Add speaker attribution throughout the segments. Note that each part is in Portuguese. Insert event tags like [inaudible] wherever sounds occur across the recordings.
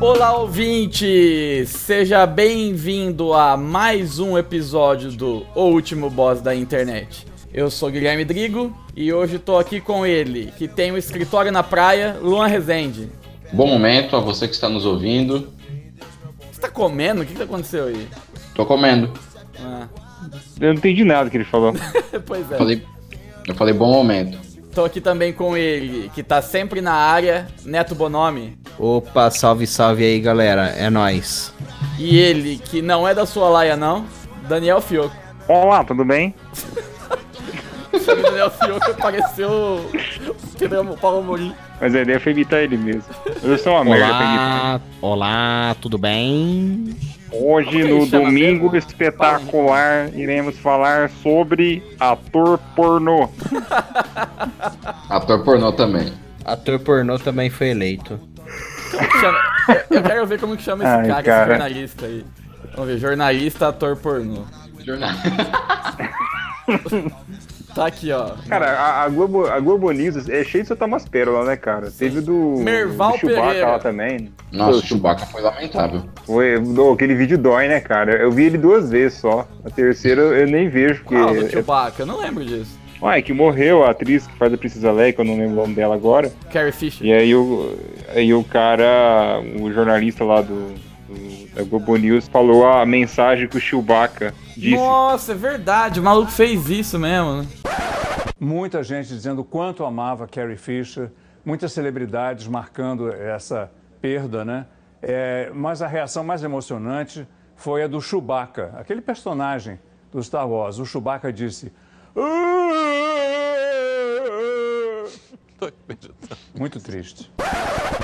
Speaker 1: Olá, ouvinte! Seja bem-vindo a mais um episódio do O Último Boss da Internet. Eu sou Guilherme Drigo e hoje tô aqui com ele, que tem um escritório na praia, Luan Rezende.
Speaker 2: Bom momento a você que está nos ouvindo.
Speaker 1: Você tá comendo? O que, que aconteceu aí?
Speaker 2: Tô comendo.
Speaker 1: Ah,
Speaker 3: Eu não entendi nada que ele falou.
Speaker 1: [laughs] pois
Speaker 2: Eu
Speaker 1: é.
Speaker 2: falei, eu falei bom momento.
Speaker 1: Tô aqui também com ele, que tá sempre na área, Neto Bonomi.
Speaker 4: Opa, salve, salve aí, galera. É nóis.
Speaker 1: E ele, que não é da sua laia não, Daniel Fioco.
Speaker 3: Olá, tudo bem?
Speaker 1: O Daniel Fioco apareceu o Pedro Paulo Morim.
Speaker 3: Mas a ideia foi imitar ele mesmo. Eu sou uma merda pra imitar.
Speaker 4: Olá, olá, tudo bem?
Speaker 3: Hoje,
Speaker 1: Como que
Speaker 3: no
Speaker 1: ele chama
Speaker 3: domingo
Speaker 1: mesmo?
Speaker 3: espetacular, iremos falar sobre ator pornô.
Speaker 2: Ator pornô também.
Speaker 4: Ator pornô também foi eleito.
Speaker 1: Chama- [laughs] Eu quero ver como que chama esse
Speaker 3: Ai,
Speaker 1: cara, esse
Speaker 3: cara.
Speaker 1: jornalista aí. Vamos ver, jornalista, ator pornô. [laughs]
Speaker 2: Jornal.
Speaker 1: Tá aqui, ó.
Speaker 3: Cara, a, a Globo, a Globo News é cheio de soltar umas pérolas, né, cara? Teve do,
Speaker 1: Merval
Speaker 3: do Chewbacca
Speaker 1: Pereira.
Speaker 3: lá também.
Speaker 2: Nossa, o
Speaker 3: Pô,
Speaker 2: Chewbacca foi lamentável.
Speaker 3: Foi, ô, aquele vídeo dói, né, cara? Eu vi ele duas vezes só. A terceira eu nem vejo, porque...
Speaker 1: Qual Ah, do Chewbacca? Eu não lembro disso.
Speaker 3: Ué, que morreu a atriz que faz a Princesa Leia, que eu não lembro o nome dela agora.
Speaker 1: Carrie Fisher.
Speaker 3: E é aí o, aí o cara, o jornalista lá do, do- da Globo News falou a mensagem que o Chewbacca disse.
Speaker 1: Nossa, é verdade, o maluco fez isso mesmo. né?
Speaker 5: Muita gente dizendo o quanto amava Carrie Fisher, muitas celebridades marcando essa perda, né? É, mas a reação mais emocionante foi a do Chewbacca, aquele personagem do Star Wars. O Chewbacca disse. Muito triste.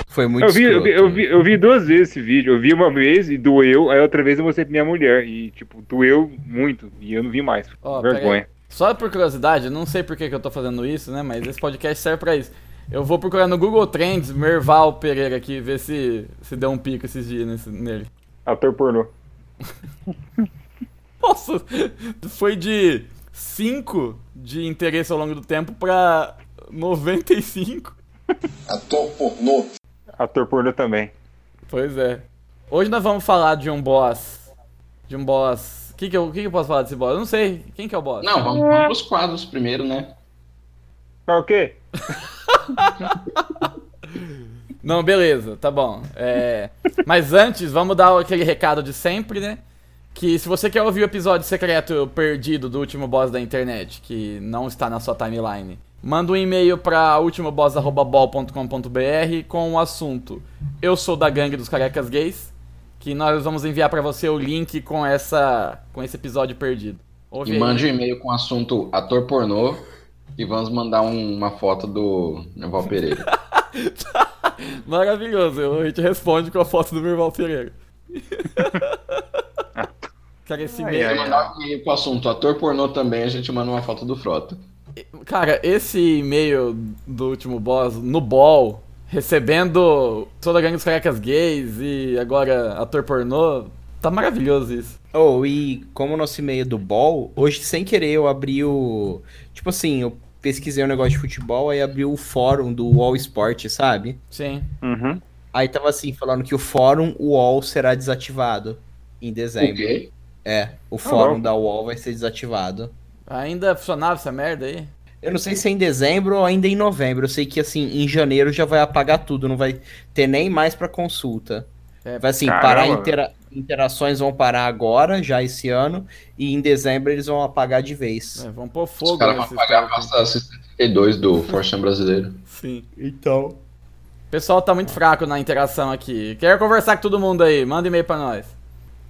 Speaker 4: Foi muito
Speaker 3: Eu vi, eu,
Speaker 4: escroto.
Speaker 3: vi, eu, vi, eu vi duas vezes esse vídeo. Eu vi uma vez e doeu, aí outra vez eu mostrei pra minha mulher. E, tipo, doeu muito. E eu não vi mais.
Speaker 1: Ó,
Speaker 3: Vergonha.
Speaker 1: peraí. Só por curiosidade, eu não sei por que, que eu tô fazendo isso, né? Mas esse podcast serve pra isso. Eu vou procurar no Google Trends Merval Pereira aqui, ver se, se deu um pico esses dias nesse- nele. [laughs]
Speaker 3: Ator pornô.
Speaker 1: Nossa, foi de 5 de interesse ao longo do tempo pra 95.
Speaker 2: Ator pornô.
Speaker 3: Ator pornô também.
Speaker 1: Pois é. Hoje nós vamos falar de um boss. De um boss. O que, que, eu, que, que eu posso falar desse boss? Eu não sei. Quem que é o boss?
Speaker 2: Não, vamos, vamos pros quadros primeiro, né?
Speaker 3: Mas o quê?
Speaker 1: Não, beleza, tá bom. É, [laughs] Mas antes, vamos dar aquele recado de sempre, né? Que se você quer ouvir o episódio secreto perdido do último boss da internet, que não está na sua timeline, manda um e-mail pra ultimoboss.com.br com o assunto Eu sou da gangue dos carecas gays, que nós vamos enviar pra você o link com essa com esse episódio perdido. Ouve
Speaker 2: E
Speaker 1: aí.
Speaker 2: mande um e-mail com o assunto ator pornô. E vamos mandar um- uma foto do Neval Pereira.
Speaker 1: [laughs] Maravilhoso, eu- a gente responde com a foto do Mirval
Speaker 2: [laughs]
Speaker 1: Pereira. Cara, esse
Speaker 3: Ai,
Speaker 1: e-mail-
Speaker 2: Se mandar um e-mail com o assunto ator pornô também, a gente manda uma foto do Frota.
Speaker 1: Cara, esse e-mail do último boss no ball, recebendo toda a gangue dos carecas gays e agora ator pornô, tá maravilhoso isso.
Speaker 4: Oh, e como o nosso e-mail é do bol, hoje sem querer eu abri o. Tipo assim, eu pesquisei um negócio de futebol, aí abri o fórum do UOL Esporte, sabe?
Speaker 1: Sim.
Speaker 3: Uhum.
Speaker 4: Aí tava assim, falando que o fórum UOL será desativado em
Speaker 2: O
Speaker 4: dezembro.
Speaker 2: quê?
Speaker 4: É, o fórum
Speaker 3: Ah, bom.
Speaker 4: da UOL vai ser desativado.
Speaker 1: Ainda funcionava essa merda aí?
Speaker 4: Eu não sei se é em dezembro ou ainda em novembro. Eu sei que assim, em janeiro já vai apagar tudo, não vai ter nem mais pra consulta.
Speaker 1: É,
Speaker 4: vai assim,
Speaker 3: caramba,
Speaker 4: parar
Speaker 3: velho.
Speaker 4: intera- interações vão parar agora, já esse ano, e em dezembro eles vão apagar de vez.
Speaker 1: É, vamos pôr
Speaker 2: Os
Speaker 1: fogo
Speaker 2: caras vão
Speaker 1: nesse
Speaker 2: pagar a
Speaker 1: cara.
Speaker 2: pasta 62 do Forchan brasileiro.
Speaker 1: Sim.
Speaker 4: Então.
Speaker 1: O pessoal tá muito fraco na interação aqui. Quero conversar com todo mundo aí, manda e-mail pra nós.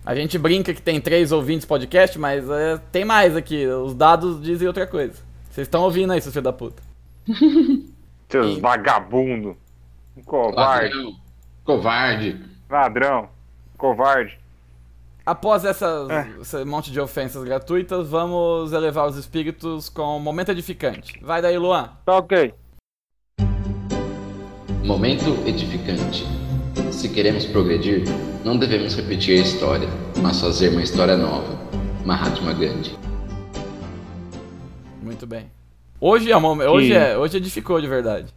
Speaker 1: A gente brinca que tem três ouvintes podcast, mas é, tem mais aqui. Os dados dizem outra coisa. Vocês estão ouvindo aí, seus filhos da puta.
Speaker 3: Seus
Speaker 1: E-
Speaker 3: vagabundo. Covarde.
Speaker 2: Covarde.
Speaker 3: Ladrão. Covarde.
Speaker 1: Após essas, esse monte de ofensas gratuitas, vamos elevar os espíritos com um momento edificante. Vai daí, Luan.
Speaker 3: Tá ok.
Speaker 2: Momento edificante. Se queremos progredir, não devemos repetir a história, mas fazer uma história nova. Mahatma Gandhi.
Speaker 1: Muito bem. Hoje é, o mom- hoje é, hoje edificou de verdade.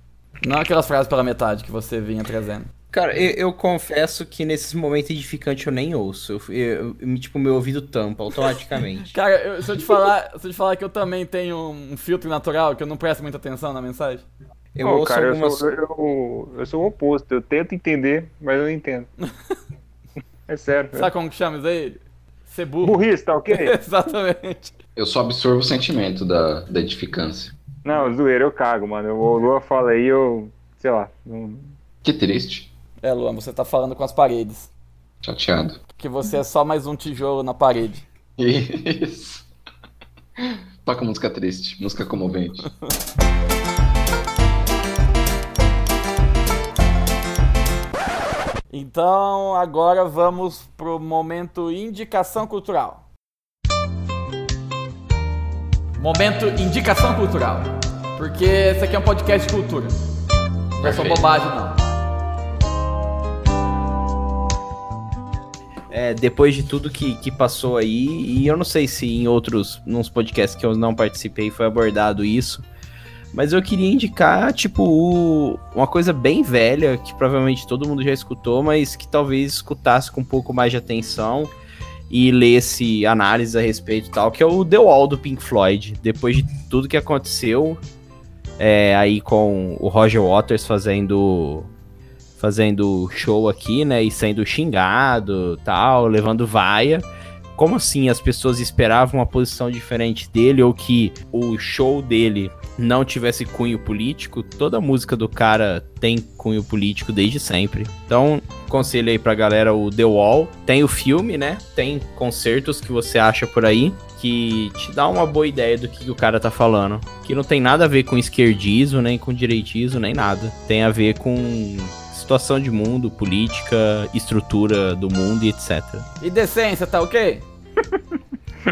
Speaker 1: Não aquelas frases pela metade que você vinha trazendo.
Speaker 4: Cara, eu, eu confesso que nesses momentos edificantes eu nem ouço. Eu, eu- eu- tipo, meu ouvido tampa
Speaker 3: [laughs]
Speaker 4: automaticamente.
Speaker 1: Cara, eu- se, eu te falar, se eu te falar que eu também tenho um filtro natural, que eu não presto muita atenção na mensagem.
Speaker 4: Eu
Speaker 3: Pô,
Speaker 4: ouço
Speaker 3: cara, eu
Speaker 4: algumas.
Speaker 3: sou, eu, eu sou o oposto. Eu tento entender, mas eu
Speaker 4: [laughs]
Speaker 3: não entendo. é sério.
Speaker 1: Sabe como que chama isso aí? Ser burro.
Speaker 3: Burrice, tá
Speaker 1: [laughs]
Speaker 3: ok?
Speaker 1: Exatamente.
Speaker 2: Eu só absorvo o sentimento da, da edificância.
Speaker 3: Não, zoeira, eu cago, mano. Eu- O Lua fala aí, eu. Sei lá. não-
Speaker 2: Que triste.
Speaker 1: É, Luan, você tá falando com as paredes.
Speaker 2: Chateado. [laughs]
Speaker 1: Que você é só mais um tijolo na parede.
Speaker 2: Isso. Toca música triste, música comovente.
Speaker 1: Então, agora vamos pro momento indicação cultural. Momento indicação cultural. Porque esse aqui é um podcast de cultura. Não é só
Speaker 2: Perfeito.
Speaker 1: bobagem, não.
Speaker 4: É, depois de tudo que, que passou aí, e eu não sei se em outros, nos podcasts que eu não participei foi abordado isso, mas eu queria indicar, tipo, o- uma coisa bem velha, que provavelmente todo mundo já escutou, mas que talvez escutasse com um pouco mais de atenção e lesse análise a respeito e tal, que é o The Wall do Pink Floyd. Depois de tudo que aconteceu é, aí com o Roger Waters fazendo fazendo show aqui, né, e sendo xingado, tal, levando vaia. Como assim as pessoas esperavam uma posição diferente dele ou que o show dele não tivesse cunho político? Toda música do cara tem cunho político desde sempre. Então, conselho aí pra galera o The Wall. Tem o filme, né? Tem concertos que você acha por aí que te dá uma boa ideia do que, que o cara tá falando. Que não tem nada a ver com esquerdismo, nem com direitismo, nem nada. Tem a ver com situação de mundo, política, estrutura do mundo e etc.
Speaker 1: E decência, tá ok?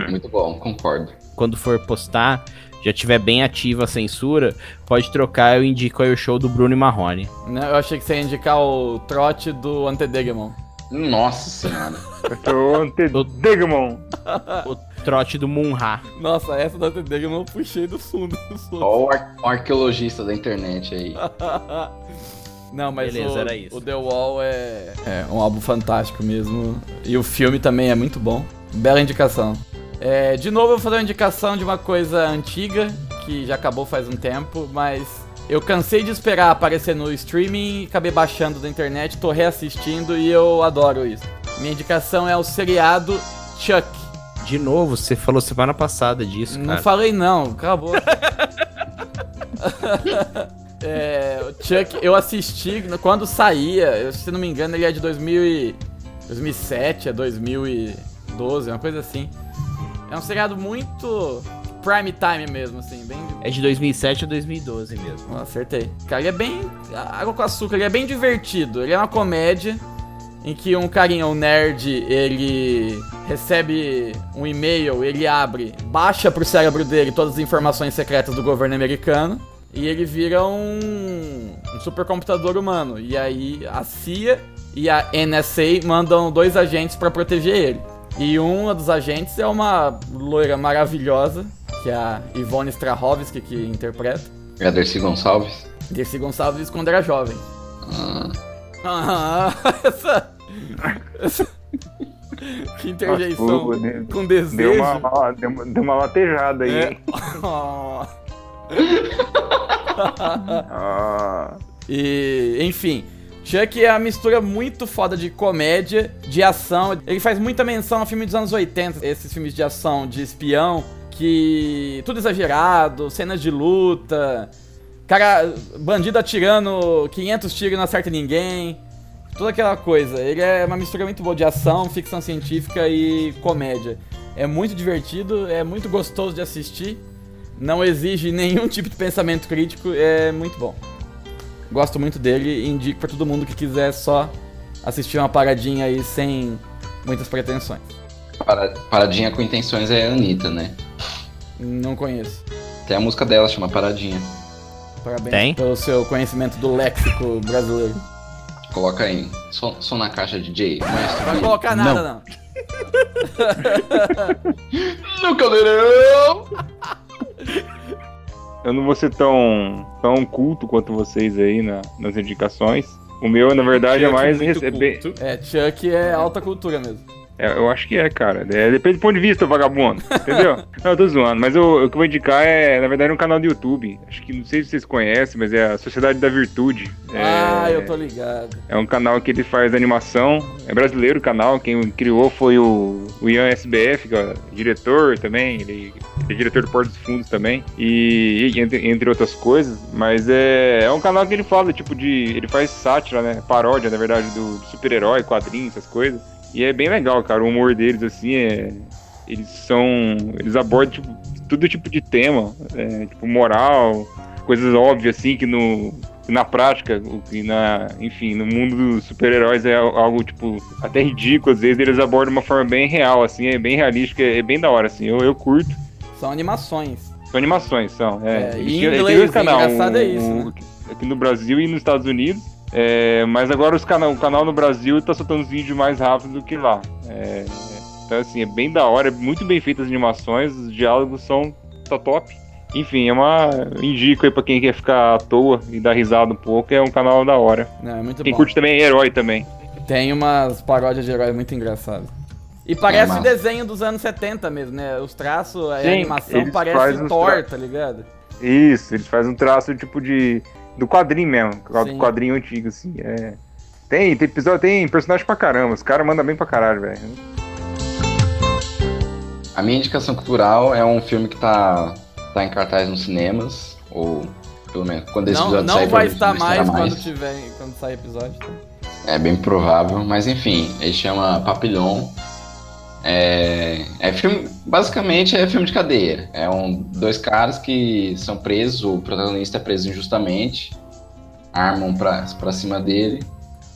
Speaker 2: Muito bom, concordo.
Speaker 4: Quando for postar, já tiver bem ativa a censura, pode trocar, eu indico aí o show do Bruno e Marrone.
Speaker 1: Não, Né? Eu achei que você ia indicar o trote do Antedegemon.
Speaker 2: Nossa senhora.
Speaker 3: Eu tô antedigmon.
Speaker 4: O trote do Munra.
Speaker 1: Nossa, essa do Antedegemon eu puxei do fundo. do fundo.
Speaker 2: Olha o ar- o arqueologista da internet aí.
Speaker 1: Não, mas
Speaker 4: Beleza,
Speaker 1: o,
Speaker 4: era isso.
Speaker 1: o The Wall é, é um álbum fantástico mesmo. E o filme também é muito bom. Bela indicação. É, de novo, eu vou fazer uma indicação de uma coisa antiga, que já acabou faz um tempo, mas eu cansei de esperar aparecer no streaming, acabei baixando da internet, tô reassistindo e eu adoro isso. Minha indicação é o seriado Chuck.
Speaker 4: De novo, você falou semana passada disso,
Speaker 1: Não
Speaker 4: cara.
Speaker 1: falei não, acabou. é, o Chuck, eu assisti quando saía, eu- se não me engano, ele é de 2000 e- é 2007 a 2012, uma coisa assim. É um seriado muito prime time mesmo, assim, bem.
Speaker 4: É de 2007 a 2012 mesmo.
Speaker 1: Ó, acertei. Cara, ele é bem. Água com açúcar, ele é bem divertido. Ele é uma comédia em que um carinha, um nerd, ele recebe um e-mail, ele abre, baixa pro cérebro dele todas as informações secretas do governo americano. E ele vira um, um supercomputador humano. E aí a CIA e a NSA mandam dois agentes pra proteger ele. E um dos agentes é uma loira maravilhosa, que é a Ivone Strahovski, que interpreta.
Speaker 2: É a Dercy Gonçalves?
Speaker 1: Dercy Gonçalves quando era jovem.
Speaker 2: Ah,
Speaker 1: Ah, [laughs] essa... essa- Que interjeição
Speaker 3: Nossa, deu-
Speaker 1: com desejo.
Speaker 3: Deu uma, deu, uma- deu uma latejada aí.
Speaker 1: É.
Speaker 3: hein? [laughs]
Speaker 1: Oh.
Speaker 3: Ah,
Speaker 1: E, enfim, Chuck é uma mistura muito foda de comédia, de ação. Ele faz muita menção a filme dos anos 80, esses filmes de ação de espião, que tudo exagerado, cenas de luta, cara, bandido atirando 500 tiros e não acerta ninguém. Toda aquela coisa. Ele é uma mistura muito boa de ação, ficção científica e comédia. É muito divertido, é muito gostoso de assistir. Não exige nenhum [laughs] tipo de pensamento crítico, é muito bom. Gosto muito dele e indico pra todo mundo que quiser só assistir uma paradinha aí sem muitas pretensões.
Speaker 2: Para- Paradinha com intenções é a Anitta, né?
Speaker 1: Não conheço.
Speaker 2: Tem a música dela, chama Paradinha.
Speaker 1: Parabéns
Speaker 4: Tem?
Speaker 1: pelo seu conhecimento do léxico brasileiro.
Speaker 2: Coloca aí. Som, som na caixa DJ.
Speaker 1: Vai
Speaker 2: Mas
Speaker 1: colocar nada, né? não.
Speaker 2: no caldeirão!
Speaker 3: Eu não vou ser tão, tão culto quanto vocês aí na- nas indicações. O meu, na verdade, é mais receber.
Speaker 6: culto.
Speaker 1: É, Chuck é alta cultura mesmo.
Speaker 3: É, eu acho que é, cara. É, depende do ponto de
Speaker 1: [laughs]
Speaker 3: vista, vagabundo. Entendeu? não, eu tô zoando. Mas eu- o que eu vou indicar é, na verdade, um canal do YouTube. Acho que não sei se vocês conhecem, mas é a Sociedade da Virtude. É,
Speaker 1: Ah, eu tô ligado.
Speaker 3: é um canal que ele faz animação. É brasileiro o canal. Quem criou foi o, o Ian SBF, que é diretor também. Ele, ele é diretor do Porto dos Fundos também. E, e entre, entre outras coisas. Mas é, é um canal que ele fala, tipo, de. Ele faz sátira, né? Paródia, na verdade, do, do super-herói, quadrinhos, essas coisas. E é bem legal, cara. O humor deles, assim, é. Eles são. Eles abordam, tipo, todo tipo de tema. é, tipo, moral, coisas óbvias, assim, que no, que na prática, o que na, enfim, no mundo dos super-heróis é al- algo, tipo, até ridículo, às vezes eles abordam de uma forma bem real, assim, é bem realística, é bem da hora, assim, eu, eu curto.
Speaker 1: São animações.
Speaker 3: São animações, são.
Speaker 1: É,
Speaker 3: É,
Speaker 1: em
Speaker 3: Eles tinham- eles
Speaker 1: inglês,
Speaker 3: tinham esse canal, um,
Speaker 1: engraçado é isso, né?
Speaker 3: Aqui no Brasil e nos Estados Unidos. é, mas agora os cana o canal no Brasil tá soltando os vídeos mais rápido do que lá. É, então, assim, é bem da hora, é muito bem feitas as animações, os diálogos são tá top. Enfim, é uma. Indico aí pra quem quer ficar à toa e dar risada um pouco, é um canal da hora.
Speaker 1: Não, é muito
Speaker 3: quem
Speaker 1: bom.
Speaker 3: curte também é herói também.
Speaker 1: Tem umas paródias de herói muito engraçadas.
Speaker 3: É
Speaker 1: E parece
Speaker 2: massa.
Speaker 1: desenho dos anos 70 mesmo, né? Os traços, a
Speaker 3: Sim,
Speaker 1: animação
Speaker 3: eles
Speaker 1: parece
Speaker 3: fazem os
Speaker 1: Thor,
Speaker 3: tra-
Speaker 1: tá ligado?
Speaker 3: Isso, eles fazem um traço tipo de. do quadrinho mesmo, do
Speaker 1: Sim.
Speaker 3: quadrinho antigo, assim. É. Tem, tem episódio, tem personagem pra caramba, os caras mandam bem pra caralho, velho.
Speaker 2: A minha indicação cultural é um filme que tá, tá em cartaz nos cinemas, ou pelo menos quando esse
Speaker 1: Não,
Speaker 2: episódio
Speaker 1: não
Speaker 2: sair,
Speaker 1: vai
Speaker 2: provavelmente
Speaker 1: estar
Speaker 2: não estará
Speaker 1: mais quando tiver, quando sair episódio. tá?
Speaker 2: É bem provável, mas enfim, ele chama Papillon. É, é filme, basicamente é filme de cadeia. É um, dois caras que são presos, o protagonista é preso injustamente, armam pra, pra cima dele,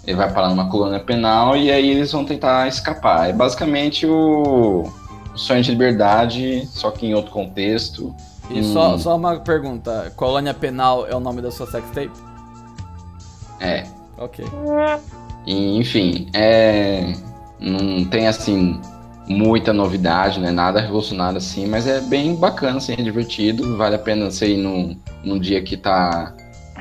Speaker 2: ele vai parar numa colônia penal e aí eles vão tentar escapar. É basicamente o, o sonho de liberdade, só que em outro contexto.
Speaker 1: E
Speaker 2: Hum.
Speaker 1: só, só uma pergunta: Colônia Penal é o nome da sua sextape?
Speaker 2: É,
Speaker 1: Ok.
Speaker 2: E, enfim, é, não tem assim muita novidade, né? Nada revolucionário assim, mas é bem bacana, assim, é divertido. Vale a pena você ir num, num dia que tá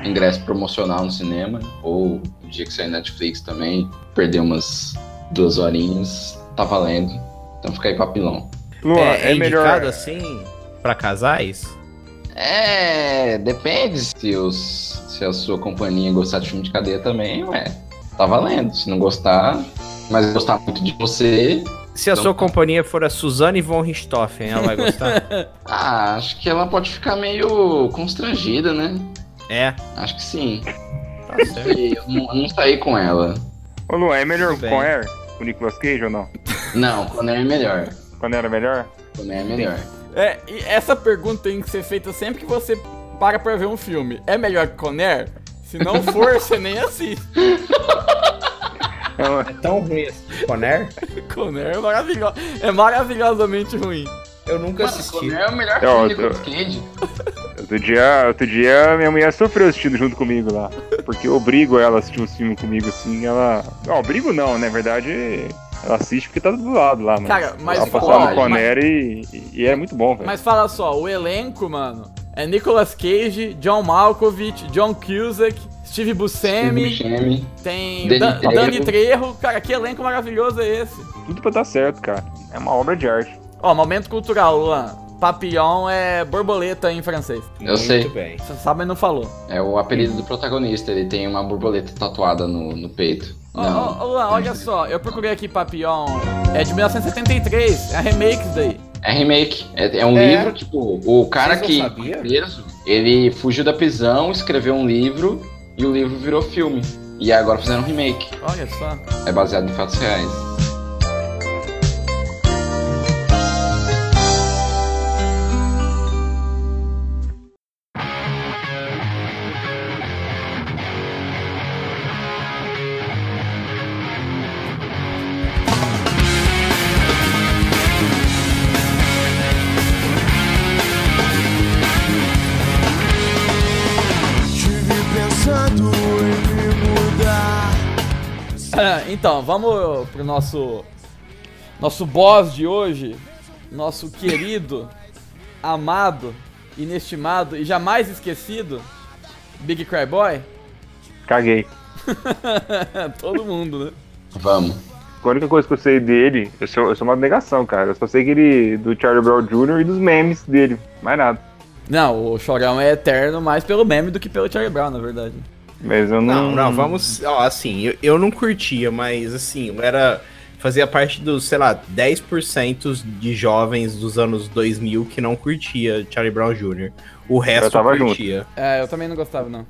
Speaker 2: ingresso promocional no cinema, ou no dia que sair Netflix também, perder umas duas horinhas, tá valendo. Então fica aí papilão.
Speaker 3: Luan, é, melhor.
Speaker 4: indicado assim pra casais?
Speaker 2: É, depende se, os, se a sua companhia gostar de filme de cadeia também, ué, tá valendo. Se não gostar, mas gostar muito de você,
Speaker 4: Se a
Speaker 2: Não.
Speaker 4: sua companhia for a Suzane von Richthofen, ela vai gostar?
Speaker 2: Ah, acho que ela pode ficar meio constrangida, né?
Speaker 4: [laughs] é,
Speaker 2: Acho que sim.
Speaker 4: tá
Speaker 2: Não
Speaker 4: certo.
Speaker 2: sei, Eu não, eu não saí com ela.
Speaker 3: Ô Luan, é melhor
Speaker 4: Tudo bem.
Speaker 3: com Air? Com o Nicolas Cage ou não?
Speaker 2: Não, quando é melhor.
Speaker 3: Quando era melhor?
Speaker 2: Quando é melhor.
Speaker 1: É, e essa pergunta tem que ser feita sempre que você para pra ver um filme. É melhor que Conair? Se não
Speaker 2: [laughs]
Speaker 1: for, você nem assiste.
Speaker 3: É uma-
Speaker 4: É tão ruim assim. Conner?
Speaker 1: Conair é maravilhosa. É maravilhosamente ruim.
Speaker 4: Eu
Speaker 2: Mano,
Speaker 4: nunca assisti.
Speaker 2: Conair é o melhor
Speaker 3: Não,
Speaker 2: filme de
Speaker 3: eu-
Speaker 2: Nicolas Cage.
Speaker 3: Outro dia, outro dia minha mulher sofreu assistindo junto comigo lá. Porque eu obrigo ela a assistir um filme comigo assim, ela. Não, obrigo não, na verdade, ela assiste porque tá do lado lá, mano.
Speaker 1: Cara, mas
Speaker 3: ela
Speaker 1: qual-
Speaker 3: passava no Conner e, e é muito bom, velho.
Speaker 1: Mas fala só, o elenco, mano, é Nicolas Cage, John Malkovich, John Cusack, Steve Buscemi,
Speaker 2: Buscemi.
Speaker 1: tem
Speaker 2: Danny
Speaker 1: Dan-
Speaker 2: Trejo.
Speaker 1: Danny Trejo. Cara, que elenco maravilhoso é esse?
Speaker 3: Tudo pra dar certo, cara. É uma obra de arte.
Speaker 1: Ó, momento cultural, Luan. Papillon é borboleta em francês.
Speaker 2: Eu sei.
Speaker 4: é Muito bem.
Speaker 1: Você sabe, mas não falou.
Speaker 2: É o apelido do protagonista. Ele tem uma borboleta tatuada no, no peito.
Speaker 1: Ô,
Speaker 2: Não.
Speaker 1: ô, ô, Luan, olha só, eu procurei aqui Papillon. É de 1973, é remake daí.
Speaker 2: É remake. É, é um
Speaker 4: É.
Speaker 2: livro, tipo, o cara
Speaker 4: Vocês
Speaker 2: que
Speaker 4: não sabiam?
Speaker 2: preso, ele fugiu da prisão, escreveu um livro e o livro virou filme. E agora fizeram um remake.
Speaker 1: Olha só. [clears throat]
Speaker 2: É baseado em fatos reais.
Speaker 1: então, vamos pro nosso nosso boss de hoje, nosso querido, amado, inestimado e jamais esquecido, Big Cry Boy.
Speaker 3: Caguei.
Speaker 1: [laughs] Todo mundo, né?
Speaker 2: Vamos.
Speaker 3: A única coisa que eu sei dele, eu sou, eu sou uma negação, cara. Eu só sei que ele. do Charlie Brown Jr. e dos memes dele. Mais nada.
Speaker 1: Não, o Chorão é eterno mais pelo meme do que pelo Charlie Brown, na verdade.
Speaker 3: Mas eu não.
Speaker 4: Não, não, vamos. Ó, assim, eu, eu não curtia, mas assim, eu era. Fazia parte dos, sei lá, 10% de jovens dos anos 2000 que não curtia Charlie Brown Jr. O resto eu
Speaker 3: tava
Speaker 4: curtia.
Speaker 1: É, eu também não gostava, não.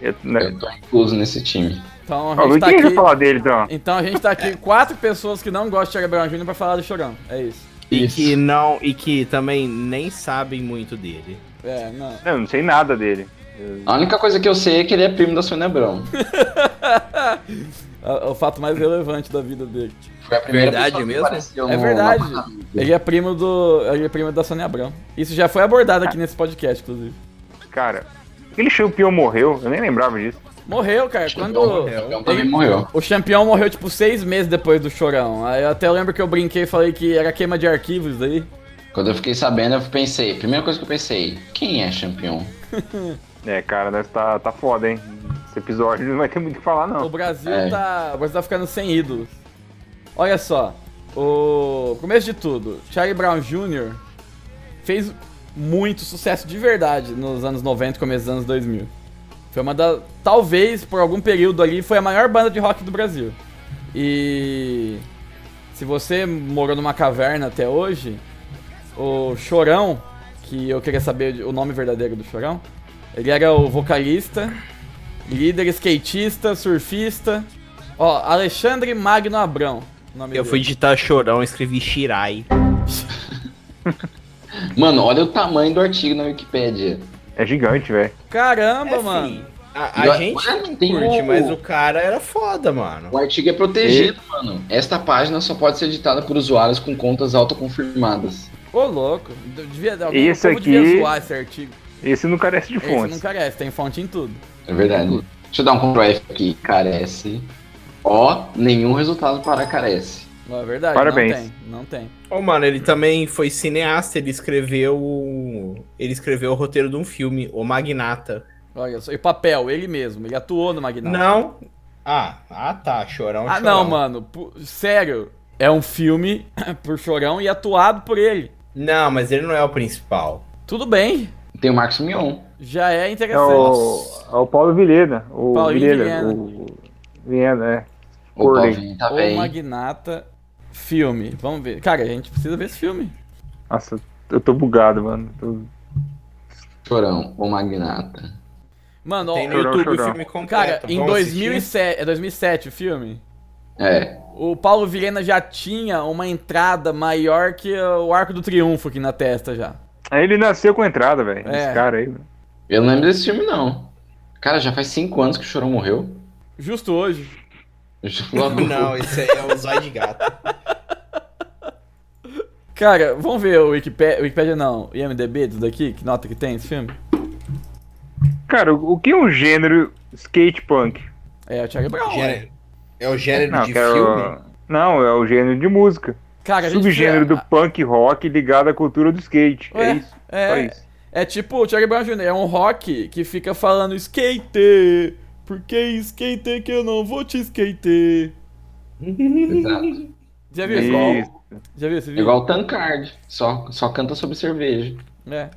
Speaker 3: Eu, né?
Speaker 2: Eu tô incluso nesse time.
Speaker 1: Então a
Speaker 3: Ó,
Speaker 1: gente
Speaker 3: não
Speaker 1: tá
Speaker 3: tinha que
Speaker 1: aqui.
Speaker 3: falar dele, então.
Speaker 1: Então a gente tá aqui, quatro pessoas que não gostam de Charlie Brown Jr. pra falar do Chorão. É isso.
Speaker 4: E
Speaker 2: Isso.
Speaker 4: que não. E que também nem sabem muito dele.
Speaker 1: É, não.
Speaker 3: Eu não sei nada dele.
Speaker 2: A única coisa que eu sei é que ele é primo da Sônia Abrão.
Speaker 1: É o fato mais relevante da vida dele.
Speaker 2: Foi a primeira
Speaker 4: Verdade
Speaker 2: pessoa que
Speaker 4: mesmo?
Speaker 2: apareceu
Speaker 1: É
Speaker 2: no-
Speaker 1: verdade.
Speaker 2: no-
Speaker 1: Ele é primo do. Ele é primo da Sônia Abrão. Isso já foi abordado aqui nesse podcast, inclusive.
Speaker 3: Cara, aquele champion morreu, eu nem lembrava disso.
Speaker 1: Morreu, cara. Quando.
Speaker 2: Então também morreu.
Speaker 1: O campeão morreu, tipo, seis meses depois do chorão. Aí eu até lembro que eu brinquei e falei que era queima de arquivos daí.
Speaker 2: Quando eu fiquei sabendo, eu pensei, primeira coisa que eu pensei, quem é campeão?
Speaker 3: É, cara, nós tá, tá foda, hein? Esse episódio não vai ter muito o que falar,
Speaker 1: O
Speaker 3: não.
Speaker 1: Brasil
Speaker 2: É.
Speaker 1: tá. O Brasil tá ficando sem ídolos. Olha só. O. Começo de tudo, Charlie Brown Jr. fez muito sucesso de verdade nos anos 90, começo dos anos 2000. Foi uma da. Talvez, por algum período ali, foi a maior banda de rock do Brasil. E. Se você morou numa caverna até hoje, o Chorão, que eu queria saber o nome verdadeiro do Chorão, ele era o vocalista, líder skatista, surfista. Ó, Alexandre Magno Abrão. o nome
Speaker 4: Eu
Speaker 1: dele.
Speaker 4: fui digitar chorão, escrevi Shirai.
Speaker 2: Mano, olha o tamanho do artigo na Wikipédia.
Speaker 3: É gigante, velho.
Speaker 1: Caramba,
Speaker 4: É,
Speaker 1: mano.
Speaker 4: assim, A, a
Speaker 2: Ué,
Speaker 4: gente não
Speaker 2: tem
Speaker 4: curte,
Speaker 2: o-
Speaker 4: mas o cara era foda, mano.
Speaker 2: O artigo é protegido, mano. Esta página só pode ser editada por usuários com contas autoconfirmadas.
Speaker 1: Ô, louco. Devia, alguém,
Speaker 3: Esse
Speaker 1: o povo devia
Speaker 3: aqui-
Speaker 1: zoar esse artigo.
Speaker 3: Esse não carece de
Speaker 1: Esse
Speaker 3: fontes.
Speaker 1: não carece, tem fonte em tudo.
Speaker 2: É verdade. Deixa eu dar um Ctrl F aqui, carece. Ó, nenhum resultado para carece.
Speaker 1: Não é verdade?
Speaker 3: Parabéns.
Speaker 1: Não tem, não tem.
Speaker 4: Ô, mano, ele também foi cineasta, ele escreveu. o- Ele escreveu o roteiro de um filme, O Magnata.
Speaker 1: Olha só. E papel, ele mesmo. Ele atuou no Magnata.
Speaker 4: Não. Ah, ah tá, chorão.
Speaker 1: Ah,
Speaker 4: chorão.
Speaker 1: não, mano. pu- sério. É um filme [coughs] por Chorão e atuado por ele.
Speaker 4: Não, mas ele não é o principal.
Speaker 1: Tudo bem.
Speaker 2: Tem o Marcos Mion.
Speaker 1: Já é
Speaker 3: É
Speaker 1: interessante.
Speaker 3: o, é o Paulo Vilhena. O
Speaker 1: Paulinho
Speaker 3: Vilhena.
Speaker 1: Vilhena.
Speaker 3: O Vilhena, é.
Speaker 2: O
Speaker 3: Corley.
Speaker 2: Paulinho tá
Speaker 1: O
Speaker 2: bem.
Speaker 1: Magnata filme. Vamos ver. Cara, a gente precisa ver esse filme.
Speaker 3: Nossa, eu tô bugado, mano. Tô-
Speaker 2: Chorão, o Magnata.
Speaker 1: Mano, ó,
Speaker 4: Tem no
Speaker 3: Chorão,
Speaker 4: YouTube
Speaker 3: chorão.
Speaker 4: o filme completo.
Speaker 1: cara, em
Speaker 4: vamos
Speaker 1: 2007, é 2007 o filme.
Speaker 2: É,
Speaker 1: O Paulo Vilhena já tinha uma entrada maior que o Arco do Triunfo aqui na testa já.
Speaker 3: Aí ele nasceu com entrada, velho.
Speaker 1: É.
Speaker 3: Esse cara aí. mano.
Speaker 2: eu não lembro desse filme, não. Cara, já faz cinco anos que o Chorão morreu.
Speaker 1: Justo hoje. [laughs]
Speaker 4: assistir. Não, esse aí é o Zóio de Gato.
Speaker 1: Cara, vamos ver o Wikipedia, Wikipedia não, IMDB disso daqui, que nota que tem esse filme?
Speaker 3: Cara, o o que é um gênero skate punk?
Speaker 1: É o Charlie Brown. né?
Speaker 4: Gênero- É o gênero
Speaker 3: Não,
Speaker 4: de
Speaker 3: que é o-
Speaker 4: filme?
Speaker 3: Não, é o gênero de música.
Speaker 1: Cara, a gente-
Speaker 3: Subgênero
Speaker 4: é-
Speaker 3: do
Speaker 1: ah,
Speaker 3: punk rock ligado à cultura do skate.
Speaker 1: Ué,
Speaker 3: é isso.
Speaker 1: é-
Speaker 3: só isso.
Speaker 1: É tipo o Charlie Brown Jr., é um rock que fica falando skate, porque skate que eu não vou te skate.
Speaker 2: Exato.
Speaker 1: Já viu esse
Speaker 2: Igual-
Speaker 3: Isso.
Speaker 1: Já viu esse vídeo?
Speaker 2: Igual o Tancard, só, só canta sobre cerveja.
Speaker 1: É.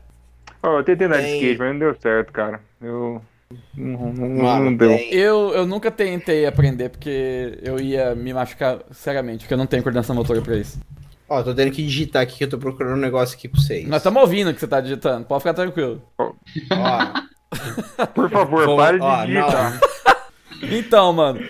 Speaker 3: Ó, eu tentei andar de
Speaker 4: Tem-
Speaker 3: skate, mas não deu certo, cara. Eu. Não, não- não-
Speaker 4: Mano,
Speaker 3: não deu.
Speaker 4: tem-
Speaker 1: Eu, eu nunca tentei aprender porque eu ia me machucar seriamente, porque eu não tenho coordenação motora pra isso.
Speaker 4: Ó, tô tendo que digitar aqui que eu tô procurando um negócio aqui pra vocês.
Speaker 1: Nós estamos ouvindo o que você tá digitando, pode ficar tranquilo.
Speaker 4: Ó,
Speaker 3: Por favor,
Speaker 4: vamos-
Speaker 3: pare
Speaker 4: ó,
Speaker 3: de digitar.
Speaker 4: não.
Speaker 1: Então, mano,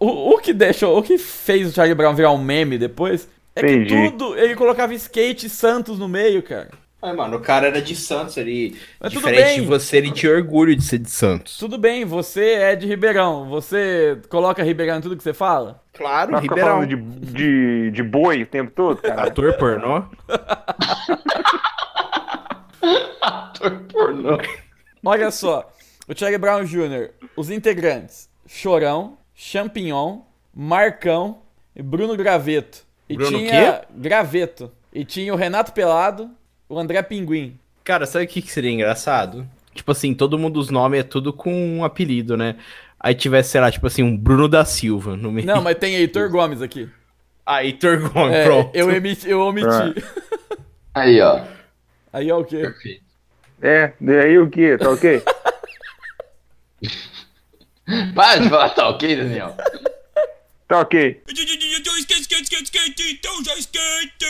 Speaker 1: o, o que deixou, o que fez o Charlie Brown virar um meme depois é que
Speaker 3: Entendi.
Speaker 1: tudo ele colocava skate e Santos no meio, cara.
Speaker 4: Ai, mano, o cara era de Santos, ele.
Speaker 1: Mas tudo
Speaker 4: diferente
Speaker 1: bem.
Speaker 4: de você, ele tinha orgulho de ser de Santos.
Speaker 1: Tudo bem, você é de Ribeirão, você coloca Ribeirão em tudo que você fala?
Speaker 4: Claro,
Speaker 3: Vai ficar
Speaker 4: Ribeirão.
Speaker 3: Tá falando de, de, de boi o tempo todo,
Speaker 4: [laughs]
Speaker 3: cara.
Speaker 4: Ator pornô?
Speaker 2: Ator pornô.
Speaker 1: Olha só, o Charlie Brown Jr., os integrantes, Chorão, Champignon, Marcão, Bruno Graveto. E
Speaker 4: Bruno
Speaker 1: tinha. Graveto. E tinha o Renato Pelado, o André Pinguim.
Speaker 4: Cara, sabe o que, que seria engraçado? Tipo assim, todo mundo, os nomes é tudo com um apelido, né? Aí tivesse, sei lá, tipo assim, um Bruno da Silva no meio.
Speaker 1: Não,
Speaker 4: [laughs]
Speaker 1: mas tem Heitor Gomes aqui.
Speaker 4: Ah, Heitor Gomes,
Speaker 1: É,
Speaker 4: pronto. É.
Speaker 1: eu, emiti, eu omiti.
Speaker 2: Aí, ó.
Speaker 1: Aí é o quê?
Speaker 2: Perfeito.
Speaker 3: É, daí o que? Tá ok?
Speaker 2: Para de falar, tá ok, Daniel?
Speaker 3: Tá ok.
Speaker 6: Então skate, skate, skate, skate, então já skate.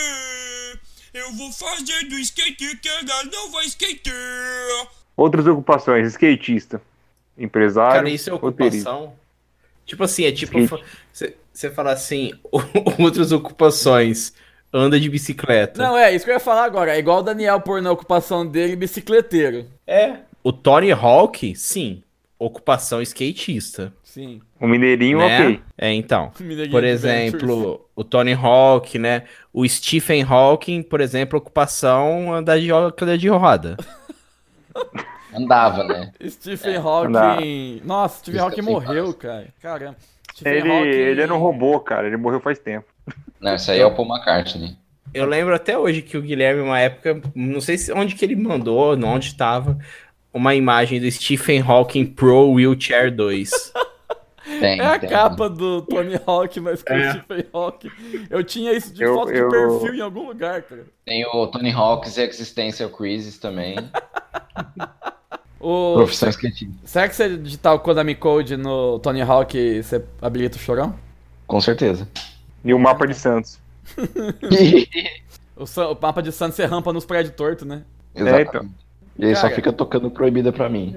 Speaker 6: Eu vou fazer do skate que ela não vai skate.
Speaker 3: Outras ocupações, skatista, empresário,
Speaker 4: Cara, isso é
Speaker 3: roteirista.
Speaker 4: ocupação. Tipo assim, é tipo.
Speaker 3: Sim.
Speaker 4: Você fala assim, [laughs] outras ocupações. Anda de bicicleta.
Speaker 1: Não, é, isso que eu ia falar agora. É igual o Daniel pôr na ocupação dele bicicleteiro.
Speaker 4: É. O Tony Hawk, sim. Ocupação skatista.
Speaker 1: Sim. [laughs]
Speaker 3: O um mineirinho,
Speaker 4: né?
Speaker 3: ok.
Speaker 4: É, então.
Speaker 1: Mineirinho
Speaker 4: Por
Speaker 1: Adventures.
Speaker 4: exemplo, o Tony Hawk, né? O Stephen Hawking, por exemplo, ocupação andar de ro- cadeira de roda.
Speaker 2: Andava, né?
Speaker 1: Stephen
Speaker 3: dá.
Speaker 1: Hawking. Nossa, É. Stephen Hawking
Speaker 2: Stephen
Speaker 1: morreu, cara. Caramba. Stephen
Speaker 3: Ele,
Speaker 1: Hawking-
Speaker 3: ele era um robô, cara. Ele morreu faz tempo.
Speaker 2: Não, isso aí é o Paul McCartney.
Speaker 4: [laughs] Eu lembro até hoje que o Guilherme, uma época, não sei se- onde que ele mandou, não onde estava, uma imagem do Stephen Hawking Pro Wheelchair 2.
Speaker 2: Tem,
Speaker 1: É a
Speaker 2: tem.
Speaker 1: capa do Tony Hawk, mas com
Speaker 4: É.
Speaker 1: o Stephen Hawking. Eu tinha isso de
Speaker 3: Eu-
Speaker 1: foto de
Speaker 3: eu-
Speaker 1: perfil em algum lugar, cara.
Speaker 2: Tem o Tony Hawk's Existential Crisis também.
Speaker 1: O...
Speaker 2: Profissão skatista.
Speaker 1: Será que se você digitar o Konami Code no Tony Hawk, você habilita o chorão?
Speaker 2: Com
Speaker 1: [laughs]
Speaker 2: certeza.
Speaker 3: E o mapa de Santos.
Speaker 1: É, O, San- o mapa de Santos você rampa nos prédios tortos, né?
Speaker 3: É,
Speaker 2: Exatamente.
Speaker 3: então.
Speaker 2: E ele só
Speaker 1: Cara.
Speaker 2: fica tocando proibida pra mim.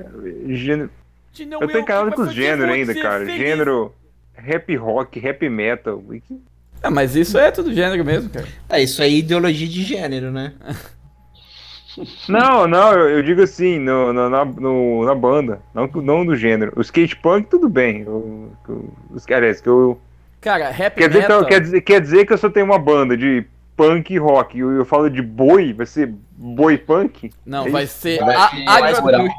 Speaker 3: Gênero-
Speaker 4: Então,
Speaker 3: Eu
Speaker 1: é
Speaker 3: tô encarado com os gêneros ainda,
Speaker 4: é
Speaker 3: cara. Gênero rap rock, rap metal. E que-
Speaker 1: Ah, mas isso é tudo gênero mesmo, cara.
Speaker 4: [laughs] É, isso aí é ideologia de gênero, né?
Speaker 3: [laughs] Não, não, eu, eu digo assim, no, no- na, no- na banda, não, que- não do gênero. O skate punk, tudo bem. O- o- os caras que eu.
Speaker 1: Cara, rap
Speaker 3: Quer dizer,
Speaker 1: metal...
Speaker 3: então, quer, dizer, quer dizer que eu só tenho uma banda de punk e rock. E eu, eu falo de boi, vai ser boi punk?
Speaker 1: Não,
Speaker 3: É
Speaker 1: vai ser,
Speaker 2: Vai
Speaker 1: a-
Speaker 2: ser
Speaker 1: agro-
Speaker 2: mais rural.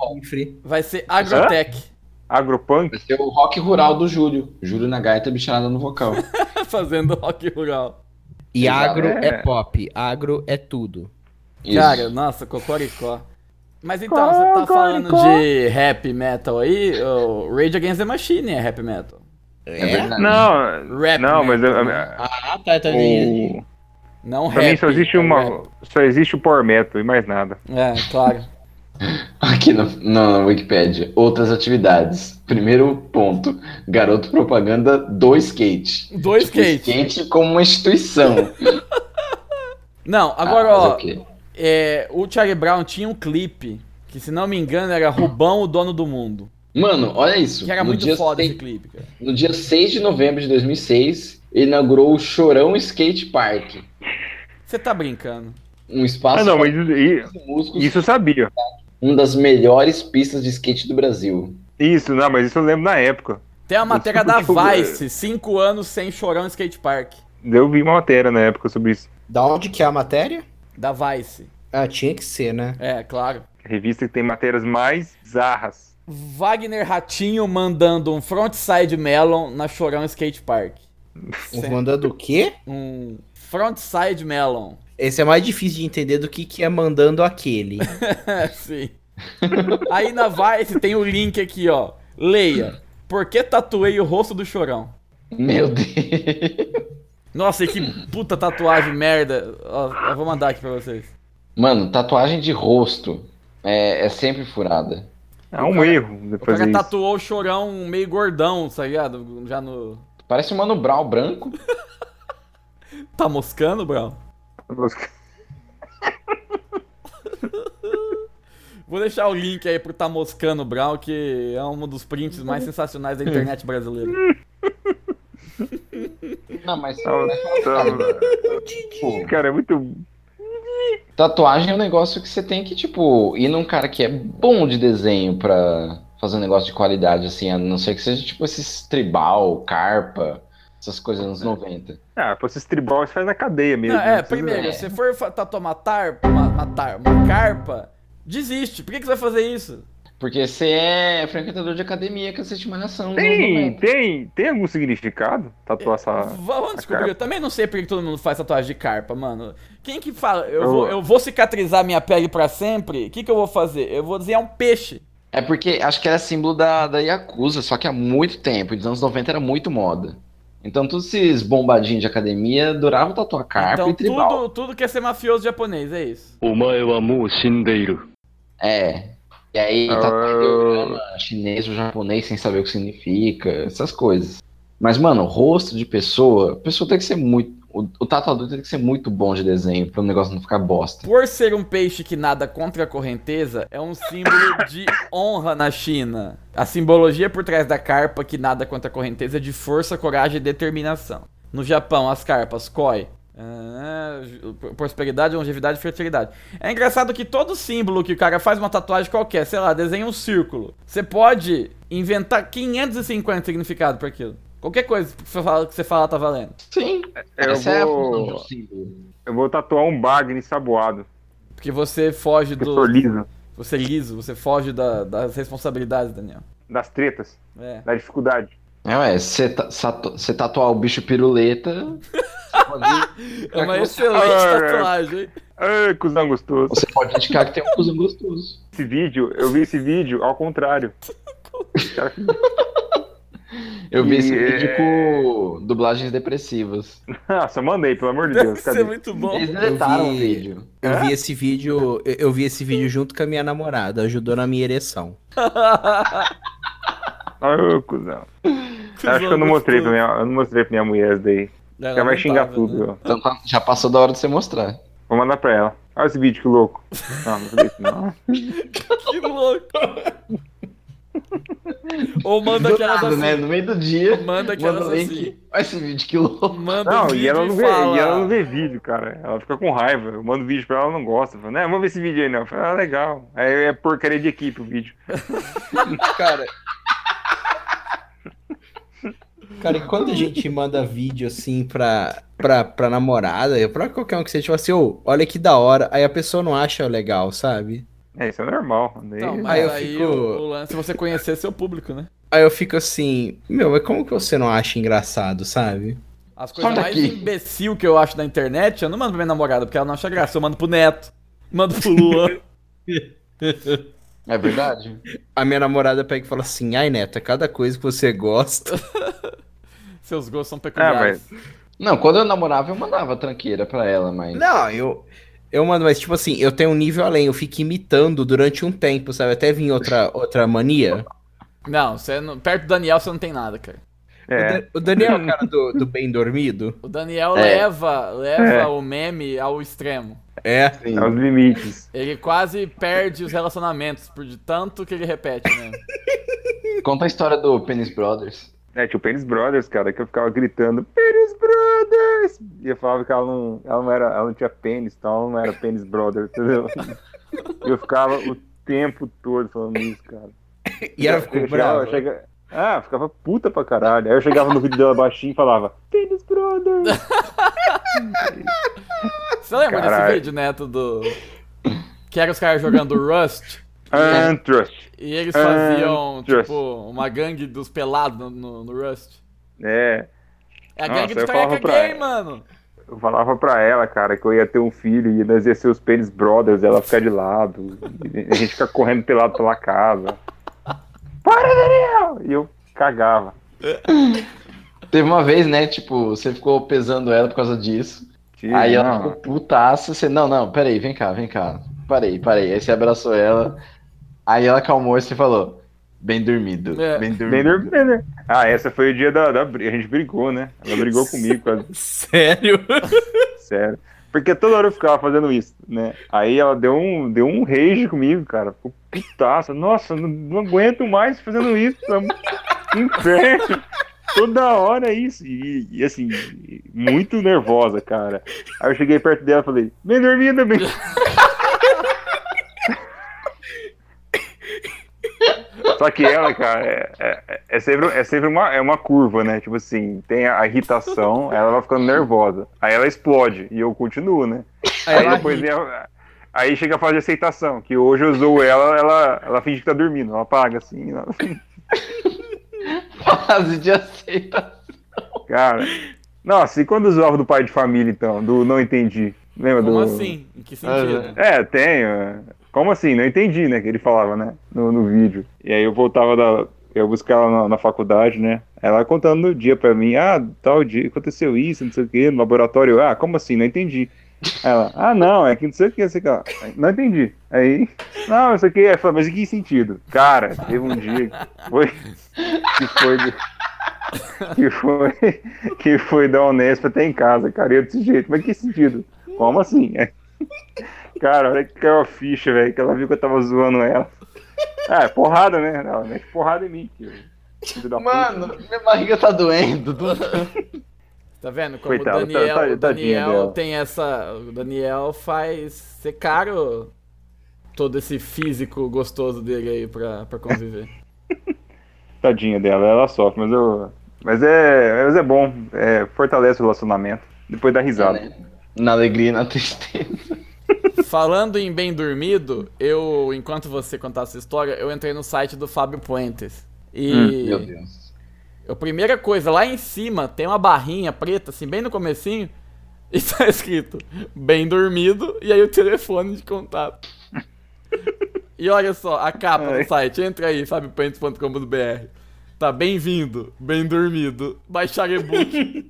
Speaker 1: vai ser agrotech.
Speaker 3: Agropunk?
Speaker 2: Vai ser o rock rural do Júlio. Júlio na gaita, bicharada no vocal.
Speaker 1: Fazendo rock rural.
Speaker 4: E
Speaker 2: Exato.
Speaker 4: agro é.
Speaker 3: É.
Speaker 4: pop, agro é tudo.
Speaker 2: Isso.
Speaker 1: Cara, nossa, Cocoricó. Mas então, você tá
Speaker 3: Cocoricó.
Speaker 1: falando de rap metal aí? O Rage Against the Machine é rap metal.
Speaker 2: é verdade.
Speaker 3: Não,
Speaker 1: Rap
Speaker 3: não, mas eu-
Speaker 1: metal,
Speaker 3: eu-
Speaker 1: né?
Speaker 4: Ah, tá, tá.
Speaker 3: o-
Speaker 1: Não
Speaker 3: pra
Speaker 1: rap.
Speaker 3: mim só existe
Speaker 1: é
Speaker 3: uma.
Speaker 1: rap.
Speaker 3: Só existe o power metal e mais nada.
Speaker 1: É, claro.
Speaker 2: Aqui no- no- na Wikipedia. Outras atividades. Primeiro ponto. Garoto propaganda do skate.
Speaker 1: Dois
Speaker 2: Tipo,
Speaker 1: skate.
Speaker 2: skate como uma instituição.
Speaker 1: Não, [laughs] agora,
Speaker 2: Ah, mas
Speaker 1: ó,
Speaker 2: ok.
Speaker 1: é, o Charlie Brown tinha um clipe que, se não me engano, era Rubão, o dono do mundo.
Speaker 2: Mano, olha isso.
Speaker 1: Que era
Speaker 2: no
Speaker 1: muito
Speaker 2: dia
Speaker 1: foda
Speaker 2: seis-
Speaker 1: esse clipe, cara.
Speaker 2: No dia 6 de novembro de 2006, ele inaugurou o Chorão Skate Park.
Speaker 1: Você tá brincando.
Speaker 2: Um espaço
Speaker 3: Ah, não, mas i-
Speaker 2: para músicos,
Speaker 3: isso eu sabia.
Speaker 2: uma das melhores pistas de skate do Brasil.
Speaker 3: Isso, não, mas isso eu lembro na época.
Speaker 1: Tem a matéria da
Speaker 3: tipo, é-
Speaker 1: Vice, cinco anos sem chorão skate park.
Speaker 3: Eu vi uma matéria na época sobre isso.
Speaker 4: Da onde que é a matéria?
Speaker 1: Da Vice.
Speaker 4: Ah, tinha que ser, né?
Speaker 1: É, claro.
Speaker 3: Revista que tem matérias mais bizarras.
Speaker 1: Wagner Ratinho mandando um frontside melon na Chorão Skate Park.
Speaker 4: Um
Speaker 1: Certo.
Speaker 4: mandando o quê?
Speaker 1: Um frontside melon. [laughs]
Speaker 4: Esse é mais difícil de entender do que, que é mandando aquele.
Speaker 1: É, Sim. Aí na Vice tem o link aqui, ó. Leia. Por que tatuei o rosto do Chorão?
Speaker 2: Meu [laughs] Deus.
Speaker 1: Nossa, e que puta tatuagem merda. Ó, eu vou mandar aqui pra vocês.
Speaker 2: Mano, tatuagem de rosto é, é sempre furada.
Speaker 3: É um erro
Speaker 1: O cara
Speaker 3: fazer
Speaker 1: tá
Speaker 3: isso.
Speaker 1: tatuou o Chorão meio gordão, tá ligado? Já no...
Speaker 2: Parece um Mano Brown branco.
Speaker 1: Tá moscando, Brown? Vou deixar o link aí pro Tamoscano Brown, que é um dos prints
Speaker 3: Hum.
Speaker 1: mais sensacionais da internet brasileira.
Speaker 2: Não, mas né?
Speaker 3: Não,
Speaker 1: [laughs]
Speaker 3: não,
Speaker 2: tipo,
Speaker 3: Cara, é muito.
Speaker 2: tatuagem é um negócio que você tem que, tipo, ir num cara que é bom de desenho pra fazer um negócio de qualidade, assim, a não ser que seja, tipo, esses tribal, carpa, essas coisas dos anos 90.
Speaker 3: Ah, pra esses tribal, isso faz na cadeia mesmo.
Speaker 1: Não, é,
Speaker 3: não precisa-
Speaker 1: primeiro, se tá, for fa- tatuar uma tarpa, uma, uma tar- uma carpa, desiste. Por que, que você vai fazer isso?
Speaker 2: Porque você é frequentador de academia que assiste malhação. nos anos
Speaker 3: Tem,
Speaker 2: 90.
Speaker 3: tem, tem algum significado? Tatuar
Speaker 2: Ah,
Speaker 3: essa.
Speaker 1: Vamos descobrir. Eu também não sei porque todo mundo faz tatuagem de carpa, mano. Quem que fala, eu,
Speaker 3: Eu-
Speaker 1: vou, eu vou cicatrizar minha pele pra sempre? O que, que eu vou fazer? Eu vou desenhar um peixe.
Speaker 2: É porque acho que era símbolo da, da Yakuza, só que há muito tempo. E Dos anos 90 era muito moda. Então todos esses bombadinhos de academia adoravam tatuar carpa
Speaker 1: então,
Speaker 2: e tribal.
Speaker 1: tudo, tudo quer ser mafioso japonês, é isso.
Speaker 2: É. E aí
Speaker 3: Ah.
Speaker 2: tatuagem chinês ou japonês sem saber o que significa, essas coisas. Mas, mano, rosto de pessoa, a pessoa tem que ser muito. O, o tatuador tem que ser muito bom de desenho pra o negócio não ficar bosta.
Speaker 1: Por ser um peixe que nada contra a correnteza, é um símbolo de honra na China. A simbologia por trás da carpa que nada contra a correnteza é de força, coragem e determinação. No Japão, as carpas koi. ah, ju- prosperidade, longevidade e fertilidade. É engraçado que todo símbolo que o cara faz uma tatuagem qualquer, sei lá, desenha um círculo. Você pode inventar 550 significados para aquilo. Qualquer coisa que você fala, que você fala tá valendo.
Speaker 2: Sim.
Speaker 3: Eu
Speaker 2: Essa é a função de um
Speaker 3: vou,
Speaker 2: símbolo.
Speaker 3: eu vou tatuar um bagre saboado.
Speaker 1: Porque você foge
Speaker 3: Que eu sou
Speaker 1: do.
Speaker 3: liso.
Speaker 1: Você é liso, você foge da- das responsabilidades, Daniel.
Speaker 3: Das tretas,
Speaker 1: É.
Speaker 3: da dificuldade.
Speaker 2: É, ué, você ta- satu- você tatuar o bicho piruleta. você pode-
Speaker 3: [laughs]
Speaker 1: É uma
Speaker 2: Cara,
Speaker 1: excelente [laughs]
Speaker 3: Ah, é.
Speaker 1: tatuagem, hein?
Speaker 3: Ai, cuzão gostoso.
Speaker 2: Você pode indicar que tem um cuzão gostoso.
Speaker 3: Esse vídeo, eu vi esse vídeo ao contrário. [laughs]
Speaker 2: Eu vi esse
Speaker 3: E- é-
Speaker 2: vídeo com dublagens depressivas.
Speaker 3: Nossa, mandei, pelo amor de
Speaker 1: [laughs] Deve
Speaker 3: Deus. Cadê?
Speaker 1: ser é muito bom.
Speaker 2: Eles deletaram
Speaker 4: vi-
Speaker 2: o vídeo.
Speaker 4: Eu vi esse vídeo, eu- eu vi esse vídeo junto com a minha namorada, ajudou na minha ereção.
Speaker 3: Ai,
Speaker 1: [laughs]
Speaker 3: cuzão. Eu acho que eu não mostrei pra minha, eu não mostrei pra minha mulher isso daí.
Speaker 1: Ela
Speaker 3: Ela vai
Speaker 1: não
Speaker 3: xingar
Speaker 1: tava,
Speaker 3: tudo.
Speaker 1: né?
Speaker 3: ó.
Speaker 2: Então tá- já passou da hora de você mostrar.
Speaker 3: Vou mandar pra ela. Olha esse vídeo,
Speaker 1: [laughs]
Speaker 3: que louco. Não, não falei isso não.
Speaker 1: Que louco. Ou manda
Speaker 2: Do
Speaker 1: aquelas
Speaker 2: nada,
Speaker 1: assim.
Speaker 2: né? No meio do dia.
Speaker 1: Manda aquelas
Speaker 2: Manda o link.
Speaker 1: assim.
Speaker 2: Olha esse vídeo que louco.
Speaker 1: Manda um
Speaker 3: Não,
Speaker 1: vídeo
Speaker 3: e ela não, vê,
Speaker 1: fala.
Speaker 3: e ela não vê vídeo, cara. Ela fica com raiva. Eu mando vídeo pra ela, ela não gosta. Fala, né, vamos ver esse vídeo aí, não. Eu falo, ah, legal. Aí é porcaria de equipe o vídeo.
Speaker 4: Cara. Cara, e quando a gente manda vídeo assim pra, pra, pra namorada, pra qualquer um que seja, tipo assim, ô, olha que da hora, aí a pessoa não acha legal, sabe?
Speaker 3: É, isso é normal. Daí-
Speaker 1: Então, mas
Speaker 4: Aí eu
Speaker 1: aí
Speaker 4: fico-
Speaker 1: o, o lance é você conhecer seu público, né?
Speaker 4: Aí eu fico assim, meu, mas como que você não acha engraçado, sabe?
Speaker 1: As coisas
Speaker 2: Olha
Speaker 1: mais
Speaker 2: aqui.
Speaker 1: imbecil que eu acho na internet, eu não mando pra minha namorada, porque ela não acha graça. Eu mando pro Neto. Mando pro
Speaker 3: [laughs]
Speaker 1: Luan.
Speaker 2: É verdade?
Speaker 4: A minha namorada pega e fala assim, ai neta, cada coisa que você gosta.
Speaker 1: Seus gostos
Speaker 3: Ah,
Speaker 1: são peculiares.
Speaker 2: Não, quando eu namorava, eu mandava tranqueira pra ela, mas.
Speaker 4: Não, eu. Eu mando, mas tipo assim, eu tenho um nível além, eu fico imitando durante um tempo, sabe? Até vir outra, outra mania.
Speaker 1: Não, você não- perto do Daniel você não tem nada, cara.
Speaker 4: O
Speaker 3: É.
Speaker 4: Da- O Daniel é o cara do, do bem dormido?
Speaker 1: O Daniel
Speaker 2: É.
Speaker 1: leva, leva
Speaker 3: É.
Speaker 1: o meme ao extremo.
Speaker 4: É.
Speaker 2: Sim.
Speaker 3: É os limites.
Speaker 1: Ele quase perde os relacionamentos por de tanto que ele repete, né?
Speaker 2: Conta a história do Penis Brothers.
Speaker 3: É, tinha o Penis Brothers, cara, que eu ficava gritando, Penis Brothers! E eu falava que ela não, ela não, era, ela não tinha pênis, então ela não era Penis Brothers,
Speaker 4: [laughs]
Speaker 3: entendeu? E eu ficava o tempo todo falando isso, cara.
Speaker 4: E ela ficou
Speaker 3: Eu chegava-
Speaker 4: brava.
Speaker 3: eu chega- Ah, eu ficava puta pra caralho. Aí eu chegava no vídeo dela baixinho e falava, Penis Brothers!
Speaker 4: [laughs]
Speaker 1: Você lembra desse
Speaker 3: Caralho.
Speaker 1: vídeo, Neto, do... Que era os caras jogando Rust
Speaker 3: Antrust!
Speaker 1: e eles
Speaker 3: Ah,
Speaker 1: faziam,
Speaker 3: Rust.
Speaker 1: tipo, uma gangue dos pelados no, no- no Rust.
Speaker 3: É,
Speaker 1: É a
Speaker 3: Nossa,
Speaker 1: gangue
Speaker 3: eu
Speaker 1: dos careca
Speaker 3: falava pra-
Speaker 1: gay, mano.
Speaker 3: eu falava pra ela, cara, que eu ia ter um filho e nós ia ser os Penis Brothers, ela ficar de lado. e a gente fica correndo pelado pela casa. Para, Daniel! E eu cagava.
Speaker 2: Teve uma vez, né? Tipo, você ficou pesando ela por causa disso.
Speaker 3: Tio,
Speaker 2: aí ela
Speaker 3: não,
Speaker 2: ficou putaça. Você, não, não, peraí, vem cá, vem cá. Parei, parei. Aí você abraçou ela. Aí ela acalmou e você falou: Bem dormido.
Speaker 1: É.
Speaker 2: Bem dormido. [laughs]
Speaker 3: bem dormido. Ah, essa foi o dia da, da briga. A gente brigou, né? Ela brigou comigo, quase.
Speaker 4: Sério?
Speaker 3: [laughs] Sério. Porque toda hora eu ficava fazendo isso, né? Aí ela deu um, deu um rage comigo, cara. Ficou putaça. Nossa, não, não aguento mais fazendo isso. tá um Inferno. Toda hora é isso. E, e, assim, muito nervosa, cara. Aí eu cheguei perto dela e falei, bem dormida, bem. [laughs] Só que ela, cara, é, é- é sempre, é sempre uma, é uma curva, né? Tipo assim, tem a irritação, ela vai ficando nervosa. Aí ela explode e eu continuo, né?
Speaker 4: Aí
Speaker 3: Aí
Speaker 4: ela
Speaker 3: depois
Speaker 4: ri.
Speaker 3: vem a, Aí chega a fase de aceitação, que hoje eu zoo ela, ela, ela finge que tá dormindo, ela apaga assim. ela-
Speaker 2: Fase de aceitação.
Speaker 3: Cara. Nossa, e quando zoava do pai de família, então? Do não entendi. Lembra
Speaker 1: Como
Speaker 3: do.
Speaker 1: assim? Em que sentido?
Speaker 3: É, tenho. é. Como assim? Não entendi, né? Que ele falava, né? No, no vídeo. E aí eu voltava da. Eu buscava ela na, na faculdade, né? Ela contando o dia pra mim, ah, tal dia aconteceu isso, não sei o quê, no laboratório. Eu, Ah, como assim? Não entendi. Ela, ah, não, é que não sei o que, sei lá. Não entendi. Aí, não, isso aqui é, mas em que sentido? Cara, teve um dia que foi. Que foi. do- que foi. Que foi da Unesp até em casa, cara. E eu desse jeito, mas que sentido? Como assim? Aí, Cara, olha que caiu a ficha, velho, que ela viu que eu tava zoando ela. Ah, é porrada, né? Ela mete porrada em mim, tio. Filho da puta.
Speaker 2: Mano, minha barriga tá doendo. do-
Speaker 1: Tá vendo? Como
Speaker 3: Coitado,
Speaker 1: o Daniel,
Speaker 3: tá- tá-
Speaker 1: o Daniel
Speaker 3: tadinho dela.
Speaker 1: tem essa. O Daniel faz ser caro todo esse físico gostoso dele aí pra, pra
Speaker 3: [laughs]
Speaker 1: conviver.
Speaker 3: Tadinha dela, ela sofre, mas eu. Mas é, mas é bom, é, fortalece o relacionamento. Depois dá risada.
Speaker 2: É, né? Na alegria e na tristeza.
Speaker 1: Falando em bem dormido, eu, enquanto você contava essa história, eu entrei no site do Fábio Puentes. E
Speaker 3: Hum,
Speaker 2: Meu Deus.
Speaker 1: a primeira coisa, lá em cima tem uma barrinha preta, assim, bem no comecinho, [laughs] e tá escrito bem dormido, e aí o telefone de
Speaker 3: [laughs]
Speaker 1: contato. e olha só, a capa
Speaker 3: Ai.
Speaker 1: do site, entra aí, fabiopuentes.com.br. Tá bem-vindo, bem dormido, baixar
Speaker 3: [laughs]
Speaker 1: e-book.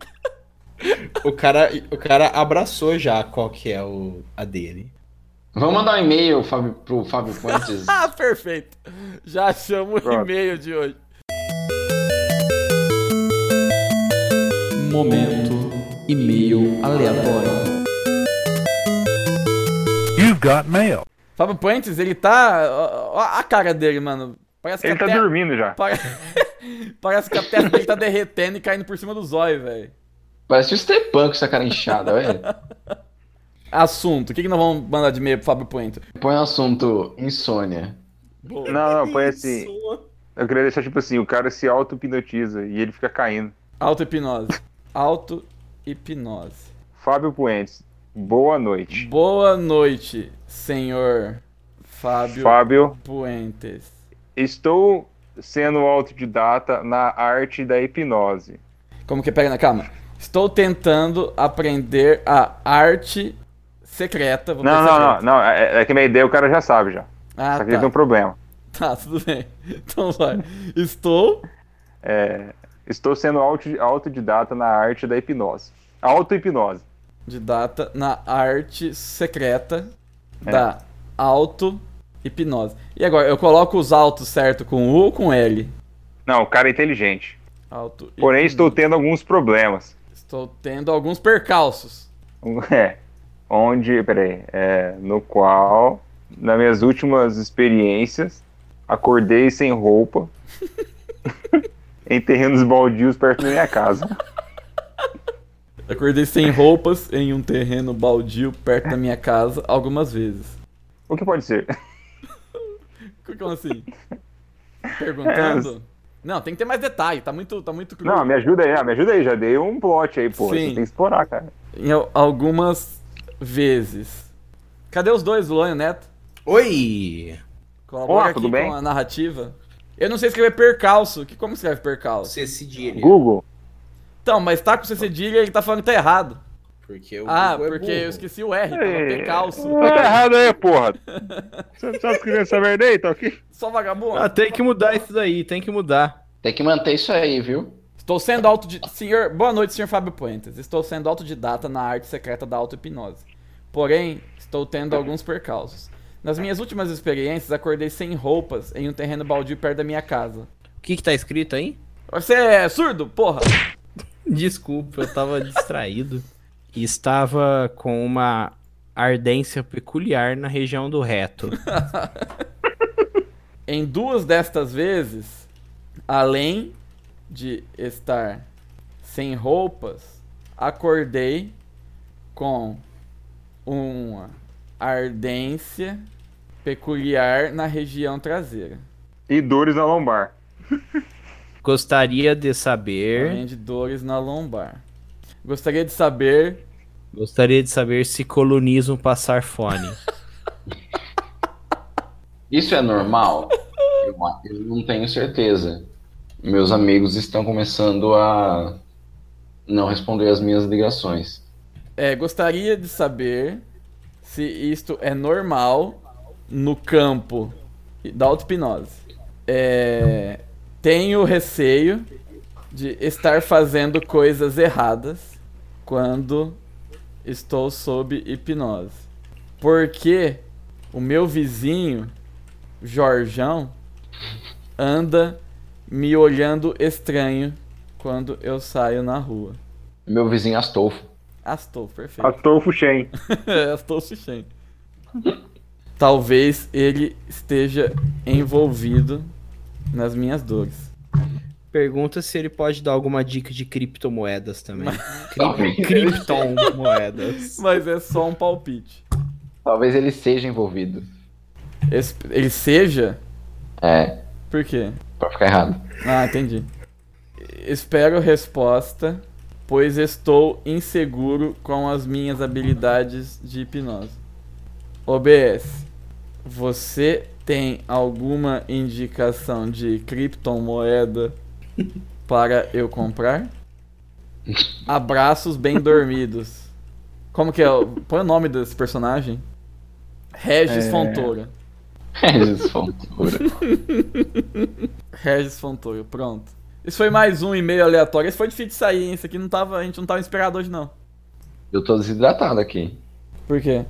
Speaker 4: O cara, o cara abraçou já qual que é o, a dele.
Speaker 2: Vamos mandar um e-mail Fábio- pro Fábio Pontes.
Speaker 1: ah, perfeito. Já achamos o
Speaker 3: Pronto.
Speaker 1: e-mail de hoje.
Speaker 7: Momento [laughs] e-mail aleatório.
Speaker 1: Fábio Puentes, ele tá. Ó, ó a cara dele, mano. Parece que
Speaker 3: Ele
Speaker 1: a
Speaker 3: tá
Speaker 1: te-
Speaker 3: dormindo já.
Speaker 1: [laughs] Pare- Parece que a testa dele tá derretendo e caindo por cima do zóio, velho.
Speaker 2: Parece o Stepan com essa cara inchada, velho.
Speaker 1: Assunto. O que, que nós vamos mandar de e-mail pro Fábio Puentes?
Speaker 2: Põe o assunto insônia.
Speaker 3: Não, não, põe assim. Eu queria deixar tipo assim, o cara se auto-hipnotiza e ele fica caindo.
Speaker 1: Auto-hipnose. Auto-hipnose.
Speaker 3: Fábio Puentes, boa noite.
Speaker 1: Boa noite, senhor Fábio,
Speaker 3: Fábio,
Speaker 1: Puentes.
Speaker 3: estou sendo autodidata na arte da hipnose.
Speaker 1: Como que pega na calma? Estou tentando aprender a arte secreta. Vou
Speaker 3: Não,
Speaker 1: pôr
Speaker 3: não, não,
Speaker 1: secreta.
Speaker 3: não. É, é que minha ideia o cara já sabe já.
Speaker 1: Ah,
Speaker 3: Só que ele tem
Speaker 1: tá.
Speaker 3: um problema.
Speaker 1: [laughs] Tá, tudo bem. Então vai. Estou
Speaker 3: É, estou sendo auto- autodidata na arte da hipnose. Auto-hipnose.
Speaker 1: Didata na arte secreta
Speaker 3: É.
Speaker 1: da auto-hipnose. E agora, eu coloco os autos certo com U ou com L?
Speaker 3: Não, o cara é inteligente.
Speaker 1: Auto
Speaker 3: Porém, estou tendo alguns problemas.
Speaker 1: hum, Estou tendo alguns percalços.
Speaker 3: [laughs] É, onde, peraí, é, no qual, nas minhas últimas experiências, acordei
Speaker 1: [laughs]
Speaker 3: sem roupa [laughs] em terrenos baldios perto da minha casa.
Speaker 1: Acordei sem roupas em um terreno baldio perto da minha casa algumas vezes.
Speaker 3: O que pode ser?
Speaker 1: Como
Speaker 3: [laughs]
Speaker 1: assim? Perguntando? Não, tem que ter mais detalhe, tá muito, tá muito cru.
Speaker 3: Não, me ajuda aí, ah, me ajuda aí, já dei um plot aí, pô. Você
Speaker 1: Sim.
Speaker 3: tem que explorar, cara.
Speaker 1: Em al- algumas vezes. Cadê os dois, Luan e o Neto?
Speaker 4: Oi!
Speaker 1: Colabora
Speaker 3: Olá,
Speaker 1: aqui
Speaker 3: tudo bem?
Speaker 1: com a narrativa. Eu não sei escrever percalço. Que, como escreve percalço?
Speaker 4: Você
Speaker 1: É.
Speaker 4: cedilha.
Speaker 3: Google,
Speaker 1: Então, mas tá com C cedilha ele tá falando que tá errado.
Speaker 4: Porque é
Speaker 1: ah, porque eu esqueci o R, tava
Speaker 3: É.
Speaker 1: percalço.
Speaker 3: tá errado aí,
Speaker 1: [laughs]
Speaker 3: porra. Você tá escrevendo essa merda aí, tá ok?
Speaker 1: Só vagabundo.
Speaker 4: Ah, tem que mudar isso daí, tem que mudar.
Speaker 2: Tem que manter isso aí, viu?
Speaker 1: Estou sendo autodidata. Senhor... Boa noite, senhor Fábio Puentes. Estou sendo autodidata na arte secreta da auto-hipnose. Porém, estou tendo alguns percalços. Nas minhas últimas experiências, acordei sem roupas em um terreno baldio perto da minha casa.
Speaker 4: O que que tá escrito aí?
Speaker 1: Você é surdo, porra?
Speaker 4: Desculpa, eu tava distraído. [laughs] E estava com uma ardência peculiar na região do reto.
Speaker 1: Em duas destas vezes, além de estar sem roupas, acordei com uma ardência peculiar na região traseira.
Speaker 3: E dores na lombar.
Speaker 4: Gostaria de saber.
Speaker 1: Além de dores na lombar. Gostaria de saber
Speaker 4: Gostaria de saber se colonismo passar um fone.
Speaker 2: Isso é normal? Eu, eu não tenho certeza. Meus amigos estão começando a não responder as minhas ligações.
Speaker 1: É, gostaria de saber se isto é normal no campo da auto-hipnose. É, tenho receio de estar fazendo coisas erradas quando estou sob hipnose. Porque o meu vizinho, Jorjão, anda me olhando estranho quando eu saio na rua.
Speaker 2: Meu vizinho Astolfo.
Speaker 1: Astolfo, perfeito.
Speaker 3: Astolfo Shen.
Speaker 1: [laughs] Astolfo Shen. Talvez ele esteja envolvido nas minhas dores.
Speaker 4: [laughs] Pergunta se ele pode dar alguma dica de criptomoedas também.
Speaker 2: Talvez,
Speaker 4: [laughs] criptomoedas.
Speaker 1: Mas é só um palpite.
Speaker 2: talvez ele seja envolvido.
Speaker 1: Esse- ele seja?
Speaker 2: É,
Speaker 1: Por quê?
Speaker 2: pra ficar errado. [laughs]
Speaker 1: Ah, entendi. Espero resposta, pois estou inseguro com as minhas habilidades de hipnose. OBS, você tem alguma indicação de criptomoeda para eu comprar? Abraços bem dormidos. Como que é? o- Põe o nome desse personagem? Regis Fontoura.
Speaker 2: Regis Fontoura.
Speaker 1: Regis Fontoura, pronto. Esse foi mais um e-mail aleatório. Esse foi difícil de sair, hein? Esse aqui não tava, a gente não tava inspirado hoje, não.
Speaker 2: Eu tô desidratado aqui.
Speaker 1: Por quê?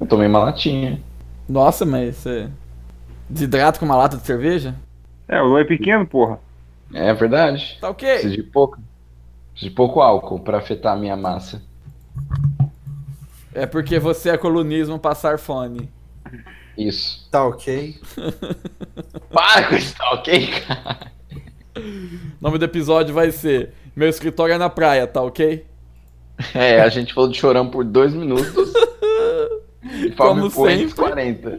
Speaker 2: Eu tomei uma latinha.
Speaker 1: Nossa, mas você desidrata com uma lata de cerveja?
Speaker 3: É, o Luan é pequeno, porra.
Speaker 2: É verdade.
Speaker 1: Tá ok.
Speaker 2: Preciso de pouco. Preciso de pouco álcool pra afetar a minha massa.
Speaker 1: É porque você é colunismo passar fone.
Speaker 2: Isso.
Speaker 4: Tá ok.
Speaker 2: Para com isso, tá ok, cara?
Speaker 1: O nome do episódio vai ser Meu escritório é na praia, tá ok?
Speaker 2: É, a gente falou de chorão por dois [laughs] minutos. E
Speaker 1: Como
Speaker 2: Fábio
Speaker 1: sempre.
Speaker 2: por 40.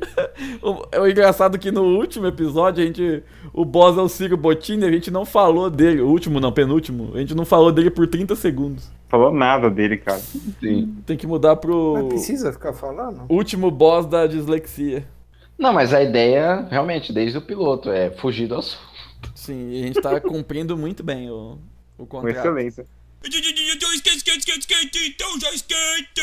Speaker 1: O, é o engraçado que no último episódio a gente. O boss é o Ciro Bottini, a gente não falou dele. O último não, penúltimo. A gente não falou dele por 30 segundos.
Speaker 3: Falou nada dele, cara.
Speaker 2: Sim.
Speaker 1: Tem que mudar pro.
Speaker 4: ficar falando?
Speaker 1: Último boss da dislexia.
Speaker 2: Não, mas a ideia, realmente, desde o piloto, é fugir do assunto.
Speaker 1: Sim, e a gente tá cumprindo muito bem o, o
Speaker 3: Com
Speaker 1: contrato.
Speaker 3: excelência.
Speaker 6: Então skate, skate, skate, skate, então já skate.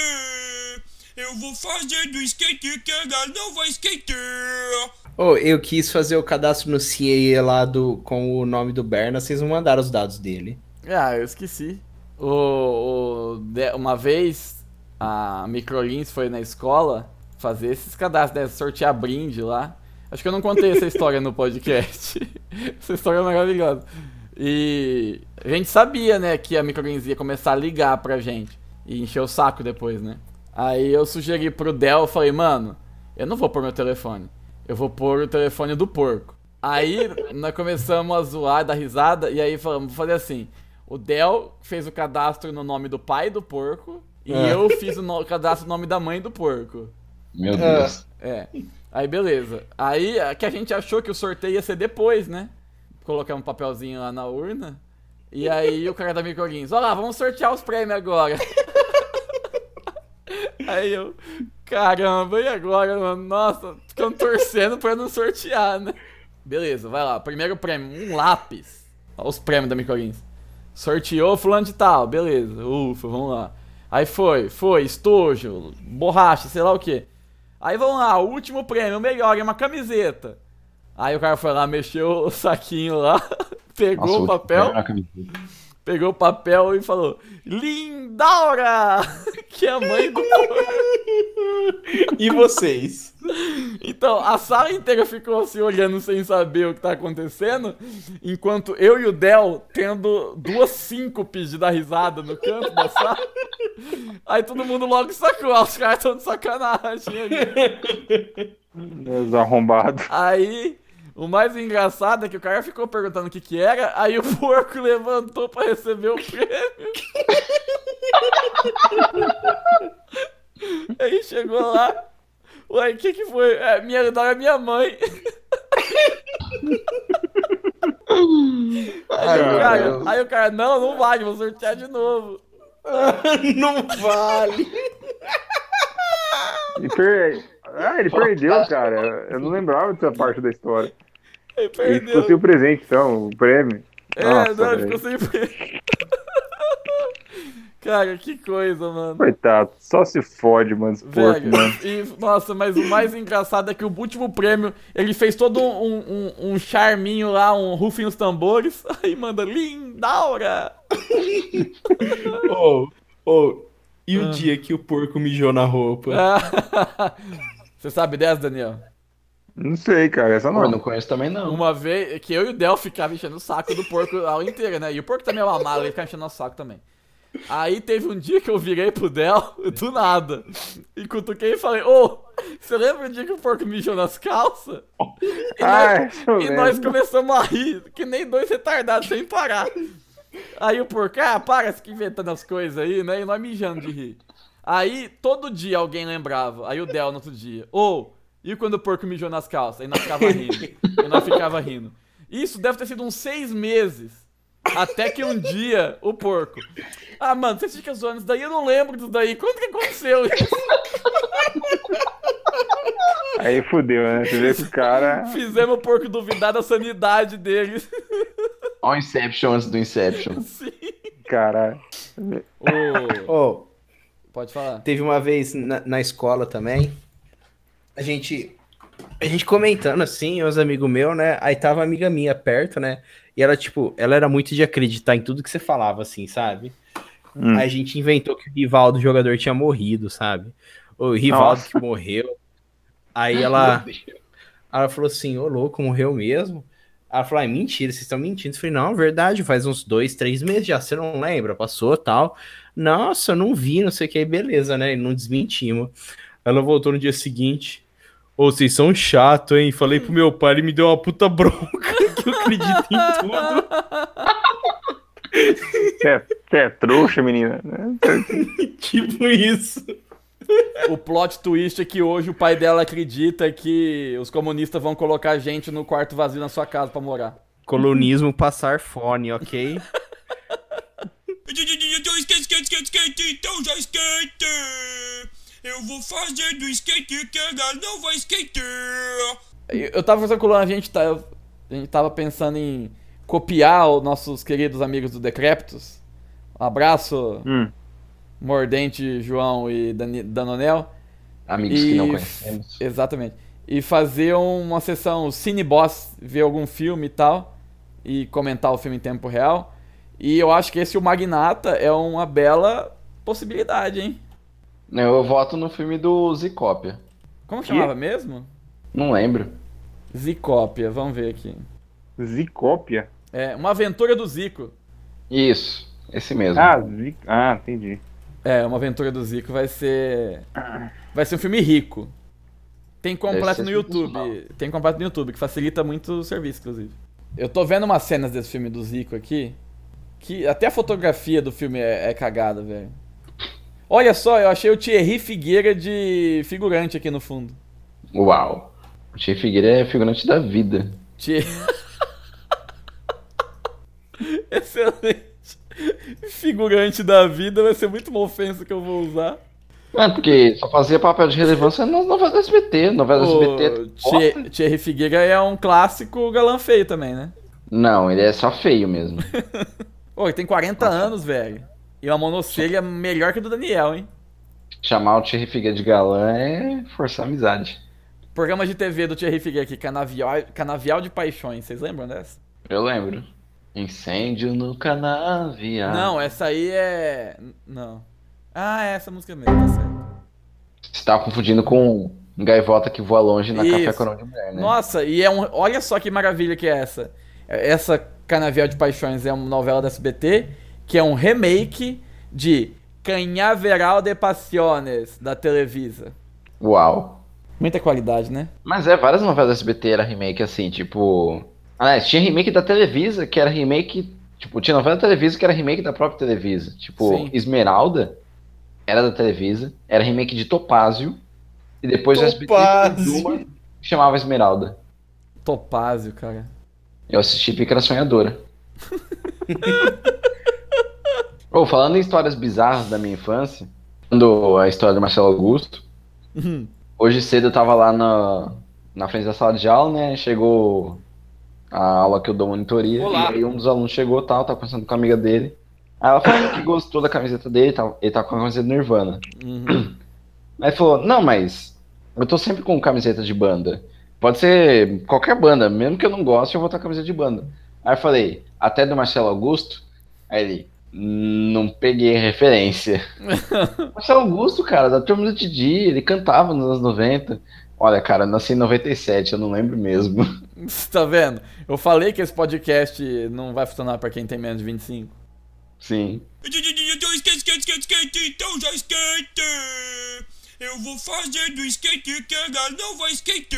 Speaker 6: Eu vou fazer do skate que ela não vai skatear.
Speaker 4: Oh, eu quis fazer o cadastro no CIE lá do, com o nome do Berna, vocês não mandaram os dados dele.
Speaker 1: Ah, eu esqueci. O, o- de- uma vez a Microlins foi na escola fazer esses cadastros, né, sortear brinde lá. Acho que eu não contei essa história no podcast. [laughs] essa história é maravilhosa. E a gente sabia, né, que a Microlins ia começar a ligar pra gente e encher o saco depois, né? Aí eu sugeri pro Del, eu falei, mano, eu não vou pôr meu telefone. Eu vou pôr o telefone do porco. Aí [laughs] nós começamos a zoar, dar risada, e aí falamos, vamos fazer assim. O Del fez o cadastro no nome do pai do porco, e eu fiz o no- cadastro no nome da mãe do porco.
Speaker 2: Meu Deus.
Speaker 1: É. Aí beleza. Aí a- que a gente achou que o sorteio ia ser depois, né? Colocar um papelzinho lá na urna. E aí o cara da Microguins, olha lá, vamos sortear os prêmios agora. [laughs] aí eu, caramba, e agora, mano? Nossa, ficando torcendo pra não sortear, né? Beleza, vai lá. Primeiro prêmio, um lápis. Olha os prêmios da Microguins. Sorteou fulano de tal, beleza. Ufa, vamos lá. Aí foi, foi, estojo, borracha, sei lá o que. Aí vamos lá, o último prêmio, o melhor, é uma camiseta. Aí o cara foi lá, mexeu o saquinho lá, [laughs] pegou
Speaker 2: Nossa,
Speaker 1: o
Speaker 2: último
Speaker 1: papel,
Speaker 2: prêmio na camiseta.
Speaker 1: pegou o papel e falou: Lindaura! [laughs] Que é a mãe do
Speaker 4: [laughs] E vocês?
Speaker 1: Então, a sala inteira ficou assim olhando sem saber o que tá acontecendo, enquanto eu e o Del tendo duas síncopes de dar risada no canto da sala. Aí todo mundo logo sacou, ah, os caras estão de sacanagem ali.
Speaker 3: Os arrombados.
Speaker 1: Aí, o mais engraçado é que o cara ficou perguntando o que que era, aí o [laughs] porco levantou pra receber o prêmio. [laughs] aí chegou lá, uai, o que que foi? É, minha, era minha mãe. [laughs] Aí, o cara, aí o cara, não, não vale, vou sortear de novo.
Speaker 4: Não vale!
Speaker 3: E per- Ah, ele perdeu, cara. Eu não lembrava dessa parte da história.
Speaker 1: Ele
Speaker 3: Ele ficou
Speaker 1: perdeu.
Speaker 3: sem né? o presente, então, o prêmio.
Speaker 1: É,
Speaker 3: Nossa,
Speaker 1: não, ele
Speaker 3: velho.
Speaker 1: ficou sem prêmio. [laughs] Cara, que coisa, mano.
Speaker 3: Coitado, só se fode, mano, esse porco,
Speaker 1: Velho,
Speaker 3: mano.
Speaker 1: e, nossa, mas o mais engraçado é que o último prêmio, ele fez todo um, um, um charminho lá, um rufem os tambores, [laughs] aí manda Lindaura!
Speaker 8: Ô, ô, e o dia que o porco mijou na roupa?
Speaker 1: Ah, [laughs] Você sabe dessa, Daniel?
Speaker 3: Não sei, cara, essa
Speaker 2: Pô,
Speaker 3: não. é
Speaker 2: não conheço também não.
Speaker 1: Uma vez que eu e o Del ficava enchendo o saco do porco a aula inteira, né? E o porco também é uma mala, ele ficava enchendo o saco também. Aí teve um dia que eu virei pro Del, [laughs] do nada, e cutuquei e falei, ô, você lembra o dia que o porco mijou nas calças? E,
Speaker 3: Ah,
Speaker 1: nós,
Speaker 3: isso eu
Speaker 1: e nós
Speaker 3: lembro.
Speaker 1: começamos a rir, que nem dois retardados sem parar. Aí o porco, ah, para, fica inventando as coisas aí, né? E nós mijando de rir. Aí todo dia alguém lembrava, aí o Del no outro dia, ou, e quando o porco mijou nas calças? Aí nós ficava rindo, e nós ficava rindo. Isso deve ter sido uns seis meses. Até que um dia, o porco. Ah, mano, vocês ficam zoando isso daí, eu não lembro disso daí. Quando que aconteceu isso?
Speaker 3: Aí fudeu, né? Você vê que o cara.
Speaker 1: Fizemos o porco duvidar da sanidade dele.
Speaker 2: Ó, o Inception antes do Inception.
Speaker 1: Sim.
Speaker 3: Caralho.
Speaker 1: Ô,
Speaker 4: Ô,
Speaker 1: pode falar.
Speaker 4: teve uma vez na, na escola também, a gente, a gente comentando assim, uns amigos meus, né? Aí tava uma amiga minha perto, né? E ela, tipo, ela era muito de acreditar em tudo que você falava, assim, sabe?
Speaker 3: Hum.
Speaker 4: Aí a gente inventou que o Rivaldo, o jogador, tinha morrido, sabe? O Rivaldo que morreu. Aí ela, ela falou assim, ô louco, morreu mesmo? Ela falou, ah, mentira, vocês estão mentindo. Eu falei, não, é verdade, faz uns dois, três meses já, você não lembra, passou tal. Nossa, eu não vi, não sei o que, aí beleza, né? E não desmentimos. Ela voltou no dia seguinte. Ô, vocês são chato, hein? Falei pro meu pai, ele me deu uma puta [laughs] bronca que eu acredito em tudo.
Speaker 3: Você é, você é trouxa, menina.
Speaker 4: tipo isso.
Speaker 1: O plot twist é que hoje o pai dela acredita que os comunistas vão colocar gente no quarto vazio na sua casa pra morar.
Speaker 4: Colonismo passar fone, ok?
Speaker 6: Então skate, skate, skate, skate, então já skate. Eu vou fazer do skate que ela não vai skater.
Speaker 1: Eu eu tava conversando com o Luan, a gente, tá, eu- a gente tava pensando em copiar os nossos queridos amigos do Decreptus. Um abraço,
Speaker 3: Hum.
Speaker 1: Mordente, João e Dani- Danonel.
Speaker 2: Amigos que
Speaker 1: E-
Speaker 2: não conhecemos.
Speaker 1: Exatamente. E fazer uma sessão Cineboss, ver algum filme e tal, e comentar o filme em tempo real. E eu acho que esse O Magnata é uma bela possibilidade, hein?
Speaker 2: Eu voto no filme do Zicópia.
Speaker 1: Como chamava mesmo?
Speaker 2: Não lembro.
Speaker 1: Zicópia, vamos ver aqui.
Speaker 3: Zicópia?
Speaker 1: É, Uma Aventura do Zico.
Speaker 2: Isso, esse mesmo.
Speaker 3: Ah, Zic... ah, entendi.
Speaker 1: É, Uma Aventura do Zico vai ser. Vai ser um filme rico. Tem completo
Speaker 2: ser
Speaker 1: no
Speaker 2: sensacional.
Speaker 1: YouTube. Tem completo no YouTube, que facilita muito o serviço, inclusive. Eu tô vendo umas cenas desse filme do Zico aqui. Que até a fotografia do filme é, é cagada, velho. Olha só, eu achei o Thierry Figueira de figurante aqui no fundo.
Speaker 2: Uau. O Tia Figueira é figurante da vida.
Speaker 1: Thie- [laughs] Excelente. Figurante da vida vai ser muito uma ofensa que eu vou usar.
Speaker 2: É, porque só fazia papel de relevância nas novelas do SBT. Novelas do
Speaker 1: O
Speaker 2: SBT.
Speaker 1: Thie-
Speaker 2: é bosta.
Speaker 1: Thierry Figueira é um clássico galã feio também, né?
Speaker 2: Não, ele é só feio mesmo.
Speaker 1: Ô, ele tem 40 anos, velho. E uma monocelha é melhor que a do Daniel, hein?
Speaker 2: Chamar o Thierry Figueira de galã é forçar a amizade.
Speaker 1: Programa de TV do Thierry Figueira aqui, Canavial, Canavial de Paixões, vocês lembram dessa?
Speaker 2: Eu lembro. Incêndio no canavial.
Speaker 1: Não, essa aí é. Não. Ah, é essa música mesmo, tá certo.
Speaker 2: Você tava confundindo com um Gaivota que voa longe na Café
Speaker 1: Isso.
Speaker 2: Coronel de Mulher, né?
Speaker 1: Nossa, e é um. Olha só que maravilha que é essa. Essa Canavial de Paixões é uma novela da SBT que é um remake de Canhaveral de Passiones, da Televisa.
Speaker 2: Uau.
Speaker 1: Muita qualidade, né?
Speaker 2: Mas é, várias novelas do SBT era remake assim, tipo. Ah, é, tinha remake da Televisa, que era remake. Tipo, tinha novela da Televisa que era remake da própria Televisa. Tipo,
Speaker 1: Sim.
Speaker 2: Esmeralda era da Televisa, era remake de Topázio, e depois o SBT
Speaker 8: Topázio.
Speaker 2: fez uma que chamava Esmeralda.
Speaker 1: Topázio, cara. [laughs]
Speaker 2: Eu assisti Pícara Sonhadora. Ou falando em histórias bizarras da minha infância, quando a história do Marcelo Augusto, Hoje cedo eu tava lá na, na frente da sala de aula, né? Chegou a aula que eu dou monitoria.
Speaker 1: Olá.
Speaker 2: E aí um dos alunos chegou tal, tava conversando com a amiga dele. Aí ela falou que gostou da camiseta dele, tava- ele tava com a camiseta do Nirvana. Aí ele falou, não, mas eu tô sempre com camiseta de banda. Pode ser qualquer banda, mesmo que eu não goste, eu vou estar com camiseta de banda. Aí eu falei, até do Marcelo Augusto? Aí ele, não peguei
Speaker 1: [laughs]
Speaker 2: a referência. Marcelo Augusto, cara, da turma do Didi, ele cantava nos anos 90. Olha, cara, eu nasci em 97, eu não lembro mesmo. [laughs]
Speaker 1: Você tá vendo? Eu falei que esse podcast não vai funcionar pra quem tem menos de 25.
Speaker 2: Sim.
Speaker 6: Então skate, skate, skate, skate, então já skate. Eu vou fazer do skate que ela não vai skate.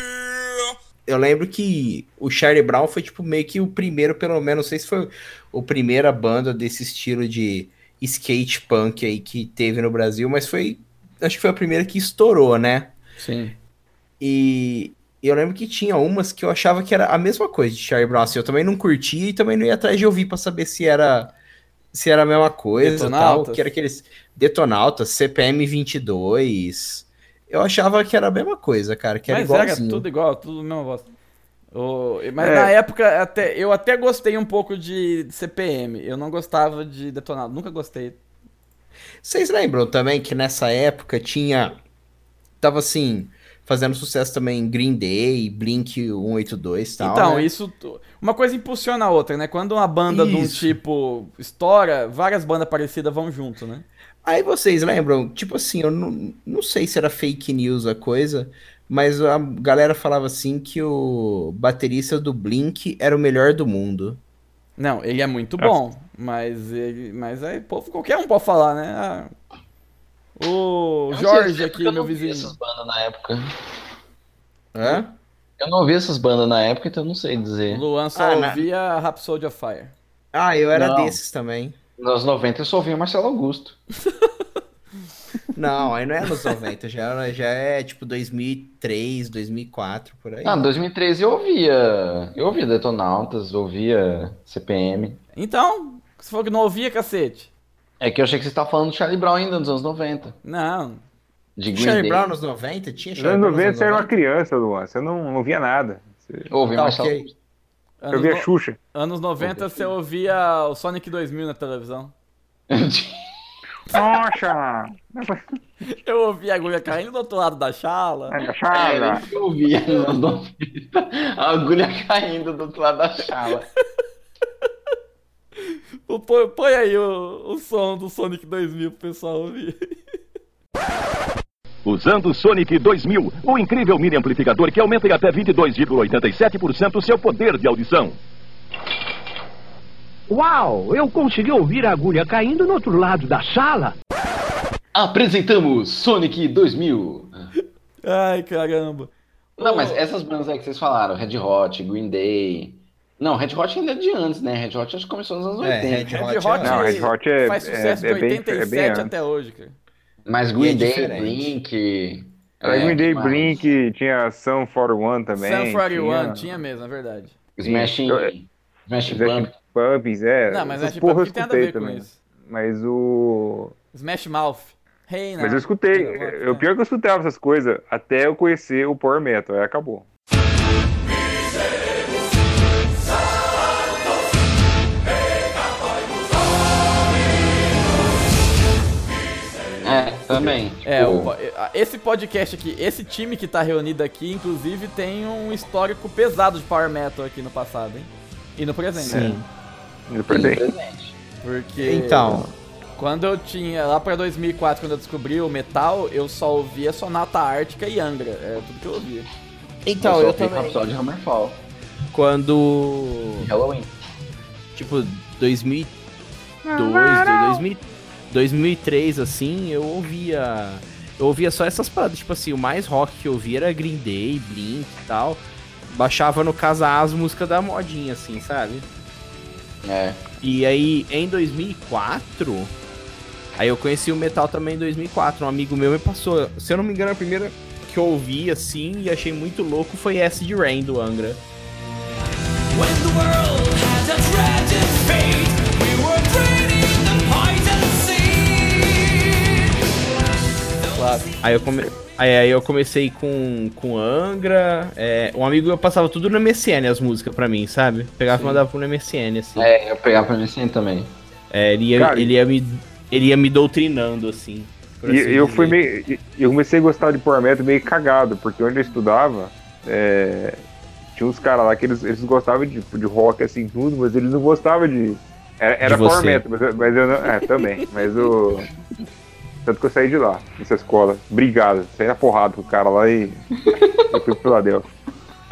Speaker 4: Eu lembro que o Charlie Brown foi, tipo, meio que o primeiro, pelo menos, não sei se foi a primeira banda desse estilo de skate punk aí que teve no Brasil, mas foi, acho que foi a primeira que estourou, né?
Speaker 1: Sim.
Speaker 4: E eu lembro que tinha umas que eu achava que era a mesma coisa de Charlie Brown. Assim, eu também não curtia e também não ia atrás de ouvir pra saber se era se era a mesma coisa, tal,
Speaker 1: Detonautas?
Speaker 4: que era aqueles Detonautas, CPM 22. Eu achava que era a mesma coisa, cara, que era
Speaker 1: mas era
Speaker 4: igualzinho.
Speaker 1: tudo igual, tudo a mesma voz. O- mas
Speaker 3: É.
Speaker 1: na época até, eu até gostei um pouco de CPM. Eu não gostava de Detonado, nunca gostei.
Speaker 4: Vocês lembram também que nessa época tinha tava assim, fazendo sucesso também Green Day, Blink 182, tal,
Speaker 1: então,
Speaker 4: né?
Speaker 1: isso. tu- Uma coisa impulsiona a outra, né? Quando uma banda de um
Speaker 4: Isso.
Speaker 1: tipo estoura, várias bandas parecidas vão junto, né?
Speaker 4: Aí vocês lembram, tipo assim, eu não, não sei se era fake news a coisa, mas a galera falava assim que o baterista do Blink era o melhor do mundo.
Speaker 1: Não, ele é muito bom, mas ele. Mas aí, povo, qualquer um pode falar, né? Ah, o
Speaker 2: Eu não sei,
Speaker 1: Jorge
Speaker 2: é porque
Speaker 1: aqui,
Speaker 2: eu
Speaker 1: meu
Speaker 2: não vi
Speaker 1: vizinho.
Speaker 2: essas bandas na época.
Speaker 4: Hã?
Speaker 2: Eu não ouvi essas bandas na época, então eu não sei
Speaker 1: O
Speaker 2: dizer.
Speaker 1: Luan só
Speaker 4: Ah, né?
Speaker 1: ouvia Rhapsody of Fire.
Speaker 4: Ah, eu era
Speaker 2: Não.
Speaker 4: desses também.
Speaker 2: Nos 90 eu só ouvi o Marcelo Augusto.
Speaker 4: Não, aí não é nos 90, já, era- já é tipo 2003, 2004, por aí.
Speaker 2: Ah, em 2013 eu ouvia. Eu ouvia Detonautas, ouvia CPM.
Speaker 1: Então, você falou que não ouvia, cacete.
Speaker 2: É que eu achei que você estava falando do Charlie Brown ainda, nos anos 90.
Speaker 1: Não.
Speaker 2: De Green
Speaker 4: Charlie
Speaker 2: Day.
Speaker 4: Brown nos 90? Tinha
Speaker 3: Nos
Speaker 4: Charlie
Speaker 3: anos
Speaker 4: Brown nos
Speaker 3: 90 você era uma
Speaker 4: 90?
Speaker 3: criança, Luan. Você não, não via nada. Você-
Speaker 2: Eu ouvi
Speaker 4: Tá,
Speaker 2: Marcelo [laughs]
Speaker 4: ok.
Speaker 2: Augusto.
Speaker 3: Eu
Speaker 1: Anos,
Speaker 3: via
Speaker 1: no-
Speaker 3: Xuxa.
Speaker 1: anos 90 você ouvia o Sonic 2000 na televisão. [laughs]
Speaker 3: Nossa!
Speaker 1: Eu ouvia a agulha caindo do outro lado da chala.
Speaker 2: É,
Speaker 3: Chala!
Speaker 2: era isso que eu ouvia nos anos 90. A agulha caindo do outro lado da chala.
Speaker 1: Pô, Põe, põe aí o, o som do Sonic 2000 pro pessoal ouvir. [laughs]
Speaker 9: Usando o Sonic 2000, o incrível mini amplificador que aumenta em até 22,87% o seu poder de audição.
Speaker 10: Uau, eu consegui ouvir a agulha caindo no outro lado da sala.
Speaker 2: Apresentamos Sonic 2000.
Speaker 1: Ai, caramba.
Speaker 2: Não,
Speaker 1: Ô,
Speaker 4: Oh.
Speaker 2: mas essas bandas aí que vocês falaram, Red Hot, Green Day. Não, Red Hot ainda é de antes, né? Red Hot acho que começou nos anos
Speaker 4: É,
Speaker 2: 80.
Speaker 4: Red
Speaker 1: Red
Speaker 4: Hot
Speaker 1: Hot,
Speaker 4: é-
Speaker 3: Não, Red Hot é-
Speaker 1: faz sucesso
Speaker 3: é- é
Speaker 1: de
Speaker 3: bem- é
Speaker 1: 87
Speaker 3: bem antes.
Speaker 1: até hoje, cara.
Speaker 2: Mas Green
Speaker 4: E é
Speaker 2: Day,
Speaker 4: diferente.
Speaker 2: Blink.
Speaker 1: É,
Speaker 2: é,
Speaker 3: Era É, Green Day
Speaker 2: mas-
Speaker 3: Blink, tinha Sun 41 também.
Speaker 1: Sun 41 tinha mesmo, é verdade.
Speaker 2: Smashing.
Speaker 3: Eu-
Speaker 2: Smashing
Speaker 3: Smashing
Speaker 2: Pumpkins.
Speaker 3: Pumpkins, é.
Speaker 1: não, mas
Speaker 3: essas
Speaker 1: Smash
Speaker 3: porra eu
Speaker 1: Mouth tem nada a
Speaker 3: escutei
Speaker 1: ver com
Speaker 3: também.
Speaker 1: isso.
Speaker 3: Mas o.
Speaker 1: Smash Mouth. Hey,
Speaker 3: Mas eu escutei.
Speaker 1: Não,
Speaker 3: O
Speaker 1: não.
Speaker 3: pior é que eu escutava essas coisas até eu conhecer o Power Metal. Aí acabou.
Speaker 2: É, também.
Speaker 1: É, o
Speaker 2: tipo,
Speaker 1: po- esse podcast aqui, esse time que tá reunido aqui, inclusive, tem um histórico pesado de Power Metal aqui no passado, hein? E no presente.
Speaker 4: Sim.
Speaker 1: né? É.
Speaker 3: Eu perdi.
Speaker 1: Porque.
Speaker 4: Então,
Speaker 1: Quando eu tinha. Lá pra 2004, quando eu descobri o metal, eu só ouvia Sonata Ártica e Angra. É tudo que eu ouvia.
Speaker 4: então
Speaker 2: eu
Speaker 4: eu,
Speaker 2: só ouvi
Speaker 4: também.
Speaker 2: Rhapsody Hammerfall.
Speaker 4: Quando
Speaker 2: e Halloween.
Speaker 4: tipo 2002, do- 2000, 2003 assim, eu ouvia eu ouvia só essas paradas, tipo assim, o mais rock que eu ouvia era Green Day, Blink e tal. Baixava no caso as músicas da modinha assim, sabe?
Speaker 2: É.
Speaker 4: E aí em 2004, aí eu conheci o metal também em 2004, um amigo meu me passou, se eu não me engano, a primeira que eu ouvi assim e achei muito louco foi essa de Rain do Angra.
Speaker 10: When the world had a tragic fate, we were trading the poison seed.
Speaker 1: Claro.
Speaker 4: Aí eu, come- Aí, aí eu comecei com, com Angra. é, um amigo eu passava tudo no MSN as músicas pra mim, sabe? Pegava e mandava pro MSN, assim.
Speaker 2: É, eu pegava pra MSN também.
Speaker 4: É, ele, ia,
Speaker 3: Cara,
Speaker 4: ele, ia me, ele ia me doutrinando, assim. por
Speaker 3: E
Speaker 4: assim
Speaker 3: eu
Speaker 4: dizer.
Speaker 3: fui meio. e- Eu comecei a gostar de Power Metal meio cagado, porque onde eu estudava, é, tinha uns caras lá que eles, eles gostavam de, de rock assim tudo, mas eles não gostavam de. Era, era
Speaker 4: De
Speaker 3: Power
Speaker 4: você.
Speaker 3: Metal, mas, eu- mas eu não. É, também. Mas o. Tanto que eu saí de lá, dessa escola. Obrigado. Saí na porrada com o cara lá e. eu fui pro Filadélfia.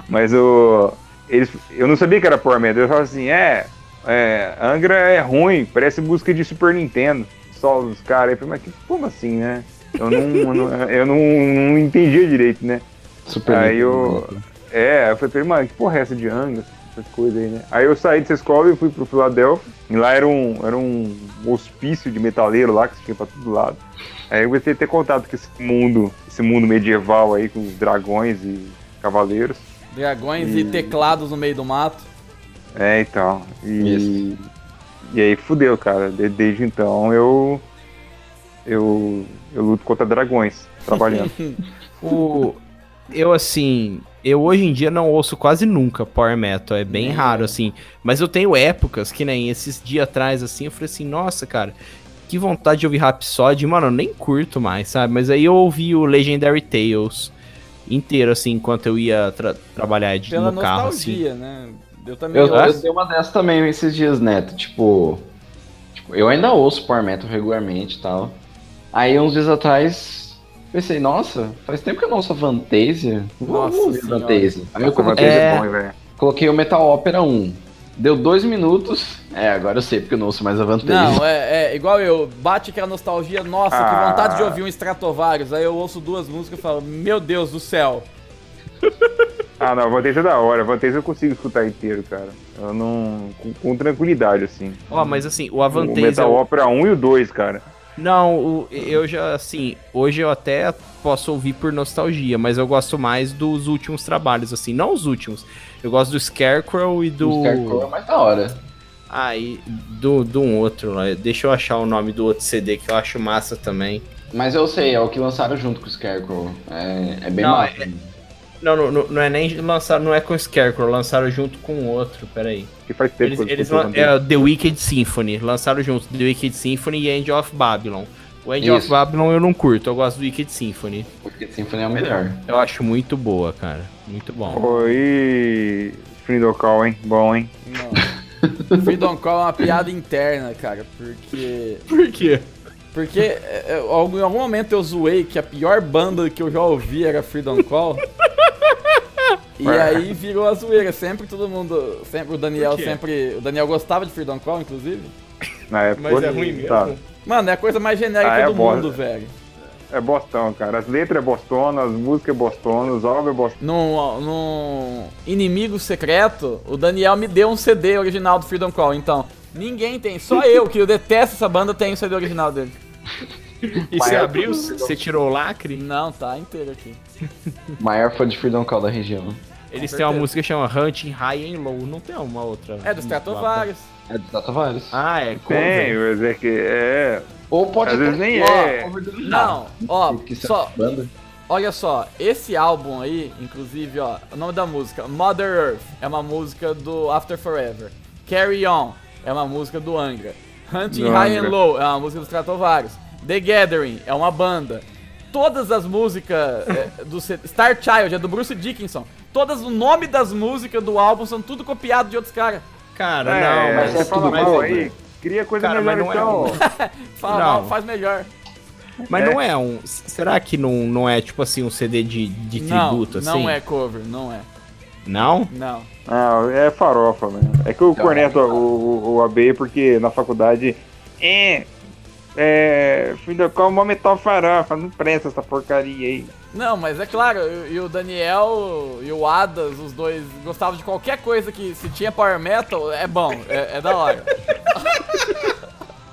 Speaker 3: Mas o. Eles, eu não sabia que era Power Metal. Eu falava assim, é. é, Angra é ruim, parece música de Super Nintendo. Só os caras. aí, Eu falei, mas que- como assim, né? Eu não, eu não, eu não, não entendia direito, né?
Speaker 2: Super
Speaker 3: Aí
Speaker 2: Nintendo.
Speaker 3: eu. É, eu falei, mano, que porra é essa de Angra? Essas coisas aí, né? Aí eu saí dessa escola e fui pro Filadélfia. E lá era um, era um hospício de metaleiro lá que tinha pra todo lado. Aí eu comecei a ter contato com esse mundo, esse mundo medieval aí, com os dragões e cavaleiros.
Speaker 1: Dragões
Speaker 3: Hum.
Speaker 1: e teclados no meio do mato.
Speaker 3: É, então. E, e aí fudeu, cara. De- desde então eu. Eu. Eu luto contra
Speaker 2: [laughs]
Speaker 3: dragões, trabalhando.
Speaker 4: O... Eu, assim, eu hoje em dia não ouço quase nunca Power Metal, é bem raro, assim. Mas eu tenho épocas que nem esses dias atrás, assim, eu falei assim, nossa, cara, que vontade de ouvir Rhapsody, mano, eu nem curto mais, sabe? Mas aí eu ouvi o Legendary Tales inteiro, assim, enquanto eu ia tra- trabalhar de,
Speaker 1: Pela
Speaker 4: no carro, assim.
Speaker 1: nostalgia, né? Eu também
Speaker 2: Eu,
Speaker 1: ouço.
Speaker 2: eu dei uma dessas também esses dias, Neto. Tipo, tipo, eu ainda ouço Power Metal regularmente e tal. Aí uns dias atrás, pensei, nossa, faz tempo que eu não ouço Fantasia.
Speaker 1: Nossa
Speaker 2: Nossa,
Speaker 1: senhora.
Speaker 2: Fantasia. Aí eu
Speaker 3: Essa
Speaker 2: coloquei,
Speaker 3: matéria
Speaker 4: É.
Speaker 3: bom, hein, velho.
Speaker 2: coloquei o Metal Opera 1. Deu dois minutos. É, agora eu sei porque eu não ouço mais a Fantasia.
Speaker 1: Não, é, é igual eu, bate aquela nostalgia, nossa, que
Speaker 3: Ah.
Speaker 1: vontade de ouvir um Stratovarius. Aí eu ouço duas músicas e falo, meu Deus do céu.
Speaker 3: Ah, não, Vantage é da hora. Vantage eu consigo escutar inteiro, cara. Eu não. Com, com tranquilidade, assim.
Speaker 4: Ó, mas assim, o
Speaker 3: o
Speaker 4: Avantage...
Speaker 3: Metal Opera 1 e o 2, cara.
Speaker 4: Não, o- eu já, assim, hoje eu até posso ouvir por nostalgia, mas eu gosto mais dos últimos trabalhos, assim, não os últimos. Eu gosto do Scarecrow e
Speaker 2: O
Speaker 4: do.
Speaker 2: Scarecrow é mais da hora.
Speaker 4: Aí, do, do um outro lá. Deixa eu achar o nome do outro CD que eu acho massa também.
Speaker 2: Mas eu sei, é o que lançaram junto com o Scarecrow. É, é bem
Speaker 4: Não,
Speaker 2: massa.
Speaker 4: Não, não, não, não é nem lançaram, não é com o Scarecrow, lançaram junto com o outro, peraí.
Speaker 3: Que faz tempo
Speaker 4: Eles,
Speaker 3: que eu
Speaker 4: eles
Speaker 3: escuto
Speaker 4: lan-
Speaker 3: Vantage.
Speaker 4: é, The Wicked Symphony, lançaram junto The Wicked Symphony e End of Babylon. O End of
Speaker 2: Isso.
Speaker 4: Babylon eu não curto, eu gosto do Wicked Symphony.
Speaker 2: Porque Symphony é o melhor.
Speaker 4: Eu acho muito boa, cara. Muito bom.
Speaker 3: Oi, Frindocal, hein? Bom, hein?
Speaker 1: Não. Freedom Call é uma piada interna, cara, porque.
Speaker 4: Por quê?
Speaker 1: Porque é, é, algum- em algum momento eu zoei que a pior banda que eu já ouvi era Freedom Call. e aí virou a zoeira. Sempre todo mundo. Sempre, o Daniel
Speaker 4: Por quê?
Speaker 1: sempre. O Daniel gostava de Freedom Call, inclusive.
Speaker 3: Na época.
Speaker 4: Mas é ruim mesmo.
Speaker 3: tá.
Speaker 1: Mano, é a coisa mais genérica
Speaker 3: Ah, é
Speaker 1: do
Speaker 3: bosta.
Speaker 1: mundo, velho.
Speaker 3: É bostão, cara. As letras é bostona, as músicas é bostona, os álbuns é bostona.
Speaker 1: Num, num inimigo secreto, o Daniel me deu um CD original do Freedom Call. Então, ninguém tem.
Speaker 2: [laughs]
Speaker 1: Só eu, que eu detesto essa banda, tenho o CD original dele.
Speaker 4: E você abriu, você tirou o lacre?
Speaker 1: Não, tá inteiro aqui.
Speaker 2: Maior fã de Freedom Call da região.
Speaker 4: Eles têm uma música que chama Hunting High and Low, não tem uma outra.
Speaker 1: É do Stratovarius.
Speaker 2: É do Data Tavares.
Speaker 4: Ah, é.
Speaker 3: Tem,
Speaker 4: cover.
Speaker 3: mas é que. É.
Speaker 2: Ou pode
Speaker 3: Às
Speaker 2: até
Speaker 3: vezes nem
Speaker 2: Ó,
Speaker 3: é.
Speaker 2: cover do
Speaker 1: Não, ó,
Speaker 2: Que isso é
Speaker 1: só,
Speaker 2: banda.
Speaker 1: olha só, esse álbum aí, inclusive, ó, o nome da música, Mother Earth, é uma música do After Forever. Carry On é uma música do Angra. Hunting
Speaker 3: Do
Speaker 1: High and
Speaker 3: Angra.
Speaker 1: Low é uma música do Stratovarius. The Gathering é uma banda. Todas as músicas é, do C- Star Child é do Bruce Dickinson. Todas o nome das músicas do álbum são tudo copiado de outros caras.
Speaker 4: Cara,
Speaker 3: é,
Speaker 4: não, mas
Speaker 3: você
Speaker 4: é
Speaker 3: fala
Speaker 4: tudo
Speaker 3: mal
Speaker 4: mal,
Speaker 3: aí. Cria coisa
Speaker 4: Cara, mas não
Speaker 3: melhor
Speaker 4: é
Speaker 3: então.
Speaker 1: Fala
Speaker 4: Não.
Speaker 1: mal, faz melhor.
Speaker 4: Mas não é um. s- Será que não, não é tipo assim um CD de, de tributo
Speaker 1: não,
Speaker 4: assim?
Speaker 1: não é cover, não é.
Speaker 4: Não?
Speaker 1: Não.
Speaker 3: Ah, é farofa, mano. É que eu
Speaker 1: Tá.
Speaker 3: corneto o, o, o AB porque na faculdade. É. É. Frindocal é uma metal farofa, não presta essa porcaria aí.
Speaker 1: Não, mas é claro, e e o Daniel e o Adas, os dois, gostavam de qualquer coisa que se tinha power metal, é bom, é, é da hora.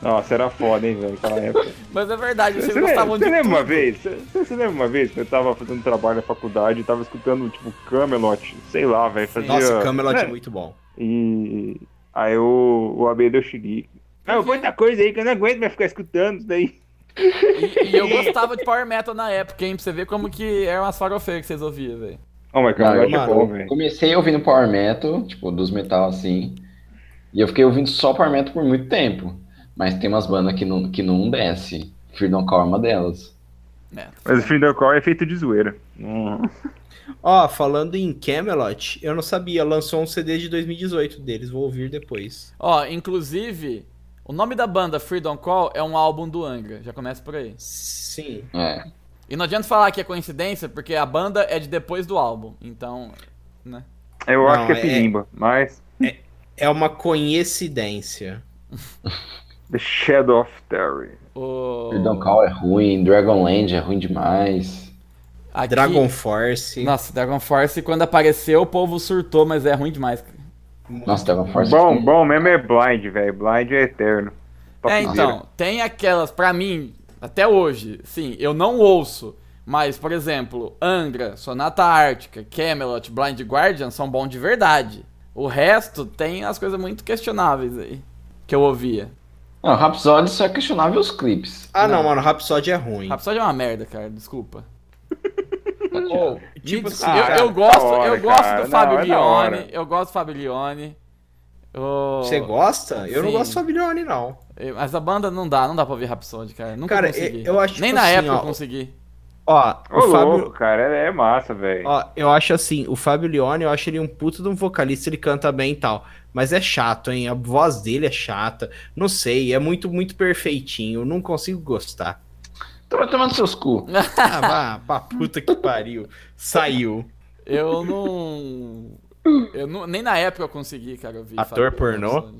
Speaker 3: Nossa, era foda, hein, velho, aquela época.
Speaker 1: Mas é verdade, [laughs] vocês
Speaker 3: Você lembra,
Speaker 1: gostavam
Speaker 3: você
Speaker 1: de.
Speaker 3: lembra uma vez? Você, você lembra uma vez que eu tava fazendo trabalho na faculdade e tava escutando, tipo, Camelot, sei lá, velho. Fazia...
Speaker 4: Nossa, Camelot é
Speaker 3: né?
Speaker 4: muito bom.
Speaker 3: E aí o, o AB deu xilique. Ah, põe outra coisa aí que eu não aguento mais ficar escutando isso daí.
Speaker 1: E, e eu gostava de Power Metal na época, hein? Pra você ver como que era umas farofeiras que vocês ouviam, velho.
Speaker 3: Oh, mas
Speaker 2: Não,
Speaker 3: cara,
Speaker 2: eu,
Speaker 3: é
Speaker 2: tipo,
Speaker 3: bom, velho.
Speaker 2: comecei ouvindo Power Metal, tipo, dos metal assim. E eu fiquei ouvindo só Power Metal por muito tempo. Mas tem umas bandas que não, que não desce. Freedom Call é uma delas.
Speaker 3: Mas o Freedom Call é feito de zoeira. Hum.
Speaker 4: Ó, falando em Camelot, eu não sabia, lançou um CD de 2018 deles, vou ouvir depois.
Speaker 1: Ó, inclusive, o nome da banda Freedom Call é um álbum do Angra, já começa por aí.
Speaker 4: Sim.
Speaker 2: É.
Speaker 1: E não adianta falar que é coincidência, porque a banda é de depois do álbum, então...
Speaker 3: Eu
Speaker 4: Não,
Speaker 3: acho que é
Speaker 4: é-
Speaker 3: pirimba, mas.
Speaker 4: É uma coincidência.
Speaker 3: The Shadow of Terror.
Speaker 1: O...
Speaker 2: Freedom Call é ruim, Dragonland é ruim demais.
Speaker 1: Aqui-
Speaker 4: Dragon Force.
Speaker 1: Nossa, Dragon Force, quando apareceu, o povo surtou, mas é ruim demais. cara.
Speaker 2: Nossa, Dragon Force.
Speaker 3: Bom, bom mesmo é Blind, velho. Blind é eterno.
Speaker 1: É,
Speaker 3: Topzera.
Speaker 1: então, tem aquelas, pra mim, até hoje, sim, eu não ouço, mas, por exemplo, Angra, Sonata Ártica, Camelot, Blind Guardian são bons de verdade. O resto tem as coisas muito questionáveis aí, que eu ouvia.
Speaker 2: Não, Rhapsody só é questionável os clipes.
Speaker 4: Ah, não, mano, Rhapsody é ruim.
Speaker 1: Rhapsody é uma merda, cara, desculpa. Ou, me
Speaker 4: Tipo
Speaker 1: des-
Speaker 4: assim,
Speaker 1: eu-
Speaker 4: cara,
Speaker 1: eu, gosto,
Speaker 3: da hora,
Speaker 1: eu gosto
Speaker 3: cara,
Speaker 1: do
Speaker 3: não,
Speaker 1: Fábio
Speaker 3: é da
Speaker 1: Lione,
Speaker 3: hora.
Speaker 1: eu gosto do Fábio Lione. Ô,
Speaker 4: Você gosta? Eu não
Speaker 1: Sim.
Speaker 4: gosto de Fabilione, não.
Speaker 1: eu- Mas a banda não dá, não dá pra ouvir Rhapsody, cara. Nunca
Speaker 4: Cara,
Speaker 1: consegui.
Speaker 4: eu- eu acho,
Speaker 1: Nem
Speaker 4: tipo
Speaker 1: na
Speaker 4: assim,
Speaker 1: época
Speaker 4: ó,
Speaker 1: eu consegui.
Speaker 4: Ó,
Speaker 3: Ô,
Speaker 4: o Fábio.
Speaker 3: louco, cara, é, é massa, velho.
Speaker 4: Ó, eu acho assim, o Fábio Leone, eu acho ele um puto de um vocalista, ele canta bem e tal. Mas é chato, hein? A voz dele é chata. Não sei, é muito, muito perfeitinho. Não
Speaker 1: [laughs]
Speaker 4: consigo gostar.
Speaker 2: Toma tomando seus cu.
Speaker 4: Ah, vá, pra puta que pariu. Saiu.
Speaker 1: Eu não. Eu não, nem na época eu consegui, cara, eu vi.
Speaker 4: Ator pornô?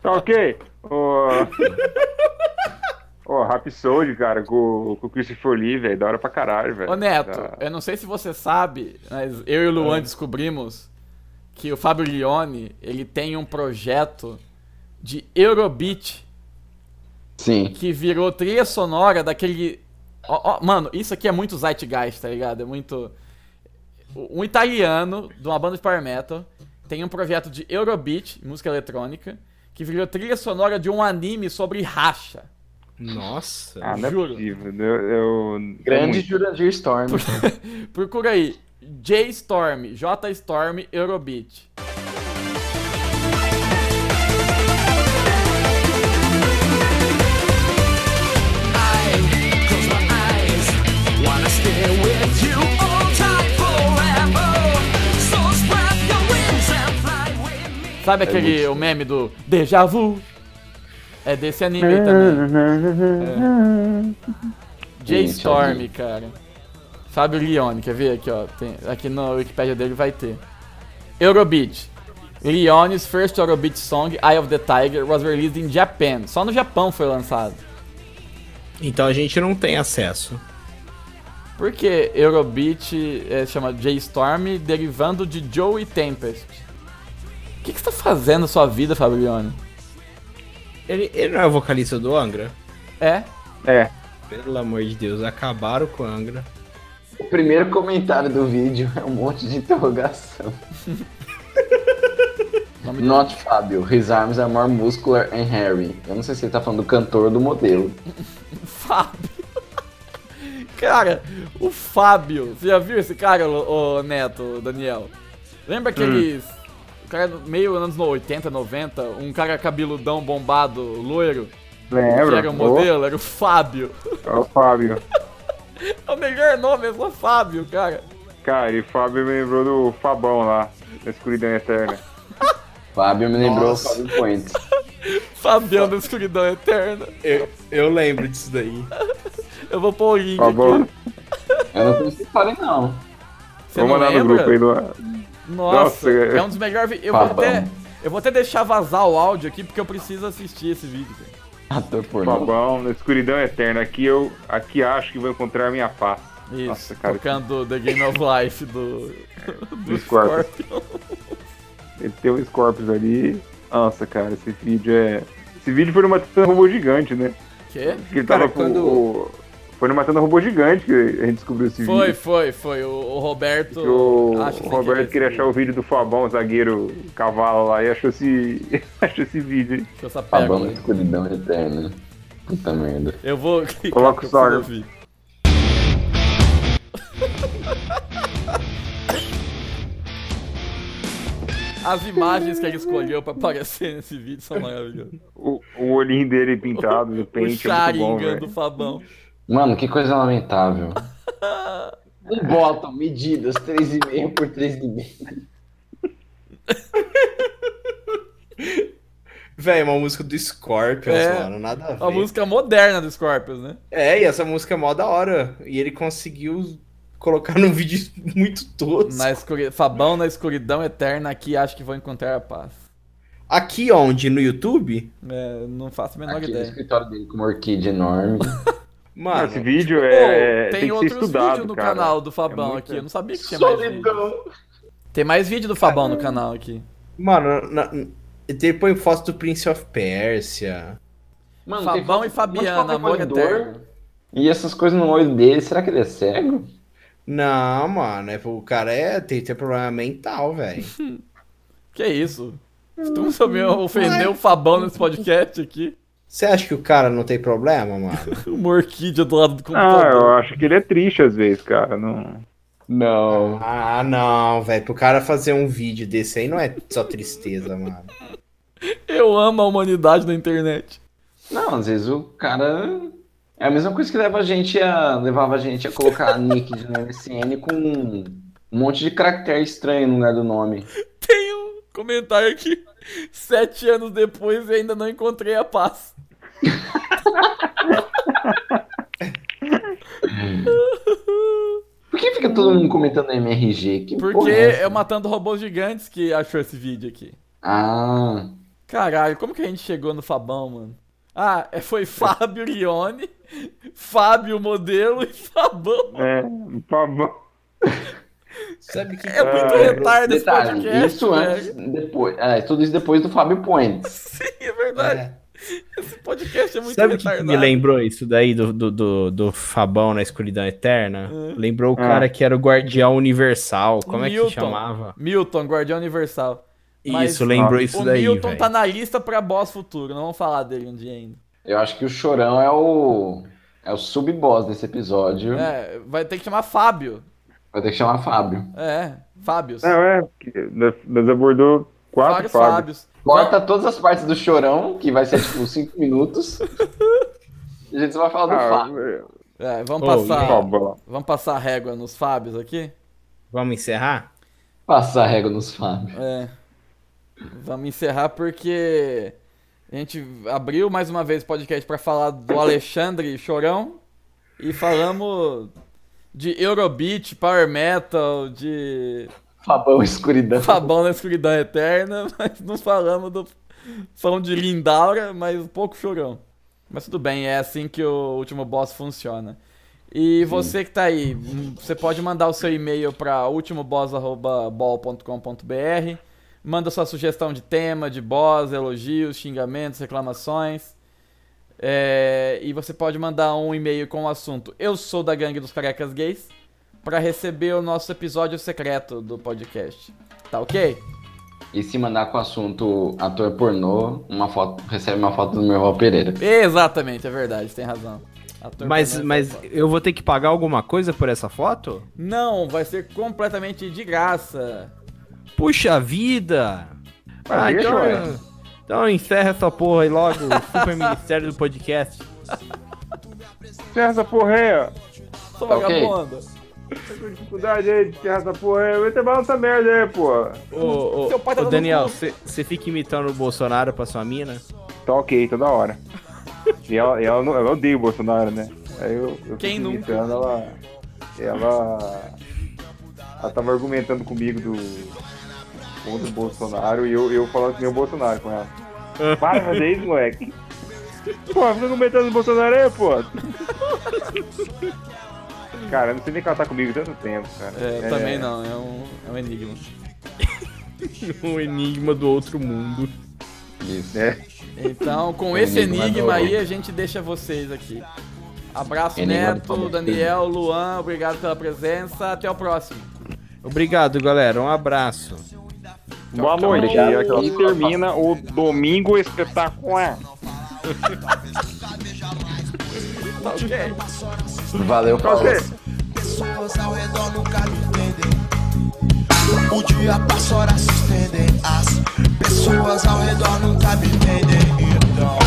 Speaker 3: Tá ok? Ô. Ô, Rhapsody, cara, com, com o Christopher Lee, velho. Da hora pra caralho, velho.
Speaker 1: Ô Neto,
Speaker 3: Tá.
Speaker 1: eu não sei se você sabe, mas eu e o Luan descobrimos que o Fábio Lione, ele tem um projeto de Eurobeat
Speaker 2: Sim.
Speaker 1: que virou trilha sonora daquele. ó, ó, mano, isso aqui é muito Zeitgeist, tá ligado? É muito. Um italiano de uma banda de power metal tem um projeto de Eurobeat, música eletrônica, que virou trilha sonora de um anime sobre racha.
Speaker 4: Nossa.
Speaker 3: Ah, não é
Speaker 1: juro.
Speaker 3: possível. Eu, eu-
Speaker 2: Grande
Speaker 3: É muito.
Speaker 2: Jurandir Storm.
Speaker 1: [laughs] Procura aí. J Storm, J Storm Eurobeat. Sabe aquele o meme do Deja Vu? É desse anime aí também. É. J
Speaker 2: Gente,
Speaker 1: Storm, cara. Fábio Leone, quer ver aqui, ó? Tem- aqui na Wikipedia dele vai ter. Eurobeat. Leone's first Eurobeat song, Eye of the Tiger, was released in Japan. Só no Japão foi lançado.
Speaker 4: Então a gente não tem acesso.
Speaker 1: Por que Eurobeat é, chama J-Storm, derivando de Joey Tempest? O que, que você tá fazendo na sua vida, Fábio Leone?
Speaker 4: Ele, ele não é o vocalista do Angra?
Speaker 1: É?
Speaker 3: É.
Speaker 4: Pelo amor de Deus, acabaram com o Angra.
Speaker 2: O primeiro comentário do vídeo é um monte de interrogação. Not Fábio. His arms are more muscular and hairy. Eu não sei se ele tá falando do cantor ou do modelo.
Speaker 1: Fábio. [laughs] Cara, o Fábio. Você já viu esse cara, o, Neto, ô, Daniel? Lembra aqueles. O cara do- meio anos no 80, 90, um cara cabeludão bombado, loiro,
Speaker 3: É,
Speaker 1: que era
Speaker 3: Lembra?
Speaker 1: o é modelo, era o Fábio. [laughs]
Speaker 3: Ô, ô, Fábio.
Speaker 1: É o melhor nome, é só Fábio, cara.
Speaker 3: Cara, e o Fábio me lembrou do Fabão lá, na escuridão
Speaker 1: [laughs]
Speaker 3: eterna.
Speaker 2: Fábio me lembrou o
Speaker 4: Nossa.
Speaker 2: Fábio Fuentes.
Speaker 1: Fabião da é escuridão eterna.
Speaker 4: Eu, eu lembro disso daí.
Speaker 1: Eu vou pôr o link
Speaker 3: Fabão,
Speaker 1: aqui.
Speaker 2: Eu não conheço esse cara, não.
Speaker 1: Você não
Speaker 3: vou mandar no
Speaker 1: lembra?
Speaker 3: grupo aí do
Speaker 1: Nossa,
Speaker 3: Nossa,
Speaker 1: é um dos melhores. vi- Eu vou,
Speaker 2: Fabão.
Speaker 1: até, eu vou até deixar vazar o áudio aqui porque eu preciso assistir esse vídeo. cara.
Speaker 2: Ator pornô.
Speaker 3: Fabão, na escuridão eterna. Aqui eu aqui acho que vou encontrar minha paz.
Speaker 1: Isso,
Speaker 3: Nossa, cara,
Speaker 1: tocando The Game of Life do, [laughs] do
Speaker 3: Do Scorpion.
Speaker 1: Scorpion.
Speaker 3: Ele tem um Scorpius ali. Nossa, cara, esse vídeo é. Esse vídeo foi no Matando Robô Gigante, né?
Speaker 1: Quê?
Speaker 3: Que ele
Speaker 4: Cara,
Speaker 3: tava com
Speaker 4: quando-
Speaker 3: o- Foi no Matando Robô Gigante que a gente descobriu esse
Speaker 1: Foi,
Speaker 3: vídeo.
Speaker 1: foi, foi. O, o Roberto.
Speaker 3: Que o
Speaker 1: Ah, acho que
Speaker 3: o
Speaker 1: sem
Speaker 3: Roberto
Speaker 1: querer,
Speaker 3: queria
Speaker 1: sim,
Speaker 3: achar o vídeo do Fabão, zagueiro cavalo lá, e achou esse, [laughs] achou esse vídeo.
Speaker 1: que essa
Speaker 2: Fabão na
Speaker 1: pérola.
Speaker 2: escuridão eterna. Puta merda.
Speaker 1: né? Eu vou [laughs] clicar
Speaker 3: Coloca
Speaker 1: pra
Speaker 3: o Zorro.
Speaker 1: você ouvir. As imagens que ele escolheu pra aparecer nesse vídeo são maravilhosas.
Speaker 3: O, o olhinho dele pintado no
Speaker 1: O
Speaker 3: pente é muito bom,
Speaker 1: Sharingan
Speaker 3: velho.
Speaker 1: do Fabão.
Speaker 2: Mano, que coisa lamentável. Não botam medidas 3,5 por 3,5.
Speaker 8: Véi, uma música do Scorpions,
Speaker 1: É.
Speaker 8: mano, nada a ver.
Speaker 1: A música moderna do Scorpions, né?
Speaker 8: É, e essa música é mó da hora. E ele conseguiu colocar [laughs] num vídeo muito tosco.
Speaker 1: Na escuri... Fabão na escuridão eterna, aqui acho que vou encontrar a paz.
Speaker 8: Aqui onde? No YouTube?
Speaker 1: É, não faço a menor
Speaker 2: Aqui no
Speaker 1: ideia.
Speaker 2: escritório dele com uma orquídea enorme.
Speaker 8: Mano,
Speaker 3: Esse vídeo
Speaker 1: Tipo, Pô,
Speaker 3: é,
Speaker 1: tem,
Speaker 3: tem, que
Speaker 1: outros
Speaker 3: ser estudado,
Speaker 1: vídeos no
Speaker 3: cara.
Speaker 1: canal do Fabão
Speaker 3: É muito-
Speaker 1: aqui. Eu não sabia que tinha mais vídeo. Tem mais vídeo do Fabão no canal aqui.
Speaker 8: mano na, na- ele põe foto do Prince of Persia.
Speaker 2: Mano,
Speaker 1: Fabão e
Speaker 2: tem foto- um monte de
Speaker 1: Fabiana,
Speaker 2: foto
Speaker 1: amor
Speaker 2: de corredor.
Speaker 1: eterno.
Speaker 2: E essas coisas no olho dele, será que ele é cego?
Speaker 8: Não, mano, é, o cara é, tem, tem problema mental,
Speaker 1: [laughs]
Speaker 8: velho.
Speaker 1: Que isso? Se tu me ofendeu o Fabão nesse podcast aqui,
Speaker 8: Você acha que o cara não tem problema,
Speaker 1: [laughs]
Speaker 8: mano?
Speaker 1: uma orquídea do lado do
Speaker 3: Ah,
Speaker 1: computador.
Speaker 3: eu acho que ele é triste às vezes, cara. Não...
Speaker 2: Não.
Speaker 8: ah, não, velho. Pro cara fazer um vídeo desse aí não é só tristeza, mano.
Speaker 1: eu... amo a humanidade na internet.
Speaker 2: Não, às vezes o cara. É a mesma coisa que leva a gente a. Levava a gente a colocar a nick de MSN com um monte de caractere estranho no lugar do nome.
Speaker 1: Tem um comentário aqui. Sete anos depois e ainda não encontrei a paz.
Speaker 2: Por que fica todo mundo comentando MRG? Que
Speaker 1: Porque
Speaker 2: porra é essa?
Speaker 1: é o Matando Robôs Gigantes que achou esse vídeo aqui.
Speaker 2: Ah.
Speaker 1: Caralho, como que a gente chegou no Fabão, mano? Ah, é- foi Fábio Rione, Fábio Modelo e Fabão.
Speaker 3: É, Fabão.
Speaker 8: Sabe que
Speaker 1: É muito
Speaker 3: Ah,
Speaker 1: retardo esse
Speaker 2: Detalhe,
Speaker 1: podcast. né?
Speaker 2: isso antes,
Speaker 1: velho.
Speaker 2: depois, é, tudo isso depois do Fábio Puentes.
Speaker 1: Sim, é verdade.
Speaker 8: É.
Speaker 1: Esse podcast é muito
Speaker 4: Sabe o que, que
Speaker 1: retardado.
Speaker 4: me lembrou isso daí do, do, do, do Fabão na Escuridão Eterna?
Speaker 1: Hum.
Speaker 4: Lembrou
Speaker 3: Ah.
Speaker 4: o cara que era o Guardião Universal. Como é
Speaker 1: Milton.
Speaker 4: que chamava?
Speaker 1: Milton, Guardião Universal. Mas
Speaker 4: isso, lembrou isso
Speaker 1: o
Speaker 4: daí.
Speaker 1: Milton
Speaker 4: velho.
Speaker 1: tá na lista pra boss futuro, não vamos falar dele um dia ainda.
Speaker 2: Eu acho que o Chorão é o. É o sub-boss desse episódio.
Speaker 1: É, vai ter que chamar Fábio.
Speaker 2: Vai ter que chamar Fábio.
Speaker 1: É, Fábios.
Speaker 3: Não, é. que- nós- Nós abordou quatro
Speaker 1: Vários
Speaker 3: Fábio.
Speaker 1: Fábios.
Speaker 2: Corta todas as partes do Chorão, que vai ser tipo 5 [laughs] minutos. E a gente só vai falar do
Speaker 3: Ah,
Speaker 2: Fábio.
Speaker 3: é,
Speaker 1: É, vamos
Speaker 4: Oh,
Speaker 3: Ah,
Speaker 1: passar.
Speaker 3: Fábio.
Speaker 1: Vamos passar a régua nos Fábios aqui?
Speaker 4: Vamos encerrar?
Speaker 2: Passar a régua nos Fábio.
Speaker 1: É. Vamos encerrar porque a gente abriu mais uma vez o podcast pra falar do Alexandre Chorão e falamos de Eurobeat, Power Metal, de
Speaker 2: Fabão
Speaker 1: [laughs]
Speaker 2: Escuridão.
Speaker 1: Fabão na Escuridão Eterna, [laughs] mas não falamos do Fão de Lindaura, mas um pouco Chorão. Mas tudo bem, é assim que o último boss funciona. E você que tá aí, hum, você pode mandar o seu e-mail para ultimoboss.bol.com.br. Manda sua sugestão de tema, de boss, elogios, xingamentos, reclamações. É, e você pode mandar um e-mail com o assunto Eu sou da gangue dos carecas gays para receber o nosso episódio secreto do podcast. Tá ok?
Speaker 2: E se mandar com o assunto ator pornô, uma foto, recebe uma foto do meu Val Pereira.
Speaker 1: Exatamente, é verdade, tem razão. Ator
Speaker 4: Mas,
Speaker 1: pornô é
Speaker 4: mas
Speaker 1: foda.
Speaker 4: eu vou ter que pagar alguma coisa por essa foto?
Speaker 1: Não, vai ser completamente de graça.
Speaker 4: Puxa vida!
Speaker 3: Ah, deixa,
Speaker 4: então,
Speaker 3: ué.
Speaker 4: então encerra essa porra aí logo, Super Ministério do Podcast.
Speaker 3: Encerra essa porra aí, ó.
Speaker 1: Sou
Speaker 2: Tá ok.
Speaker 1: vagabunda.
Speaker 3: Dificuldade aí de encerrar essa porra aí. Vai ter mal essa merda aí, porra.
Speaker 4: Ô, ô,
Speaker 1: Seu pai tá
Speaker 4: ô,
Speaker 1: dando
Speaker 4: Daniel,
Speaker 1: cu.
Speaker 4: você fica imitando o Bolsonaro pra sua mina?
Speaker 3: Tá ok, toda hora. E ela, e ela, não- ela odeia o Bolsonaro, né? Aí eu, eu
Speaker 1: Quem
Speaker 3: fico
Speaker 1: nunca?
Speaker 3: imitando, ela, ela. Ela tava argumentando comigo do. contra o Bolsonaro e eu, eu falando que nem o Bolsonaro com ela. Para de fazer isso, moleque. Pô, fica comentando o Bolsonaro aí, pô. Cara, eu não sei nem que ela tá comigo tanto tempo, cara.
Speaker 1: É, eu também não, é um, é um enigma.
Speaker 4: [laughs]
Speaker 2: [laughs]
Speaker 4: um enigma do outro mundo.
Speaker 2: Isso.
Speaker 3: É.
Speaker 1: Então, com esse
Speaker 2: É um Enigma
Speaker 1: enigma
Speaker 2: novo.
Speaker 1: aí, a gente deixa vocês aqui. Abraço,
Speaker 2: Enigma do
Speaker 1: Neto,
Speaker 2: Palmeiras.
Speaker 1: Daniel, Luan, obrigado pela presença. Até o próximo.
Speaker 4: Obrigado, galera. Um abraço.
Speaker 3: Boa noite.
Speaker 2: Obrigado.
Speaker 3: E aquela- termina o domingo espetacular.
Speaker 10: Vai beijar
Speaker 1: tá ok.
Speaker 2: Valeu, Paulo.
Speaker 3: Ok.
Speaker 10: Pessoas ao redor nunca me entendem. O dia passa, horas se estendem. As pessoas ao redor nunca me entendem. Então,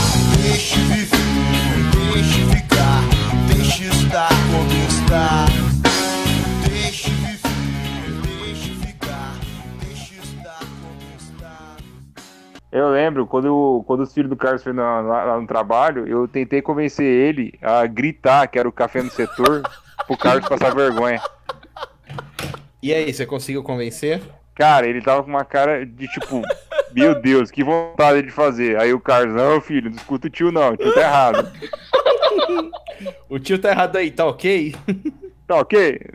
Speaker 10: deixe viver, deixe ficar, deixe estar como está. Deixe viver, deixe ficar, deixe estar como está.
Speaker 3: Eu lembro, quando, quando os filhos do Carlos foram na- lá, lá no trabalho, eu tentei convencer ele a gritar que era o café no setor pro Carlos passar vergonha.
Speaker 8: E aí, você conseguiu convencer?
Speaker 3: Cara, ele tava com uma cara de tipo, meu Deus, que vontade de fazer. Aí o Carlos, não, filho, não escuta o tio não, o tio tá errado.
Speaker 8: O tio tá errado aí, tá ok?
Speaker 3: Tá ok?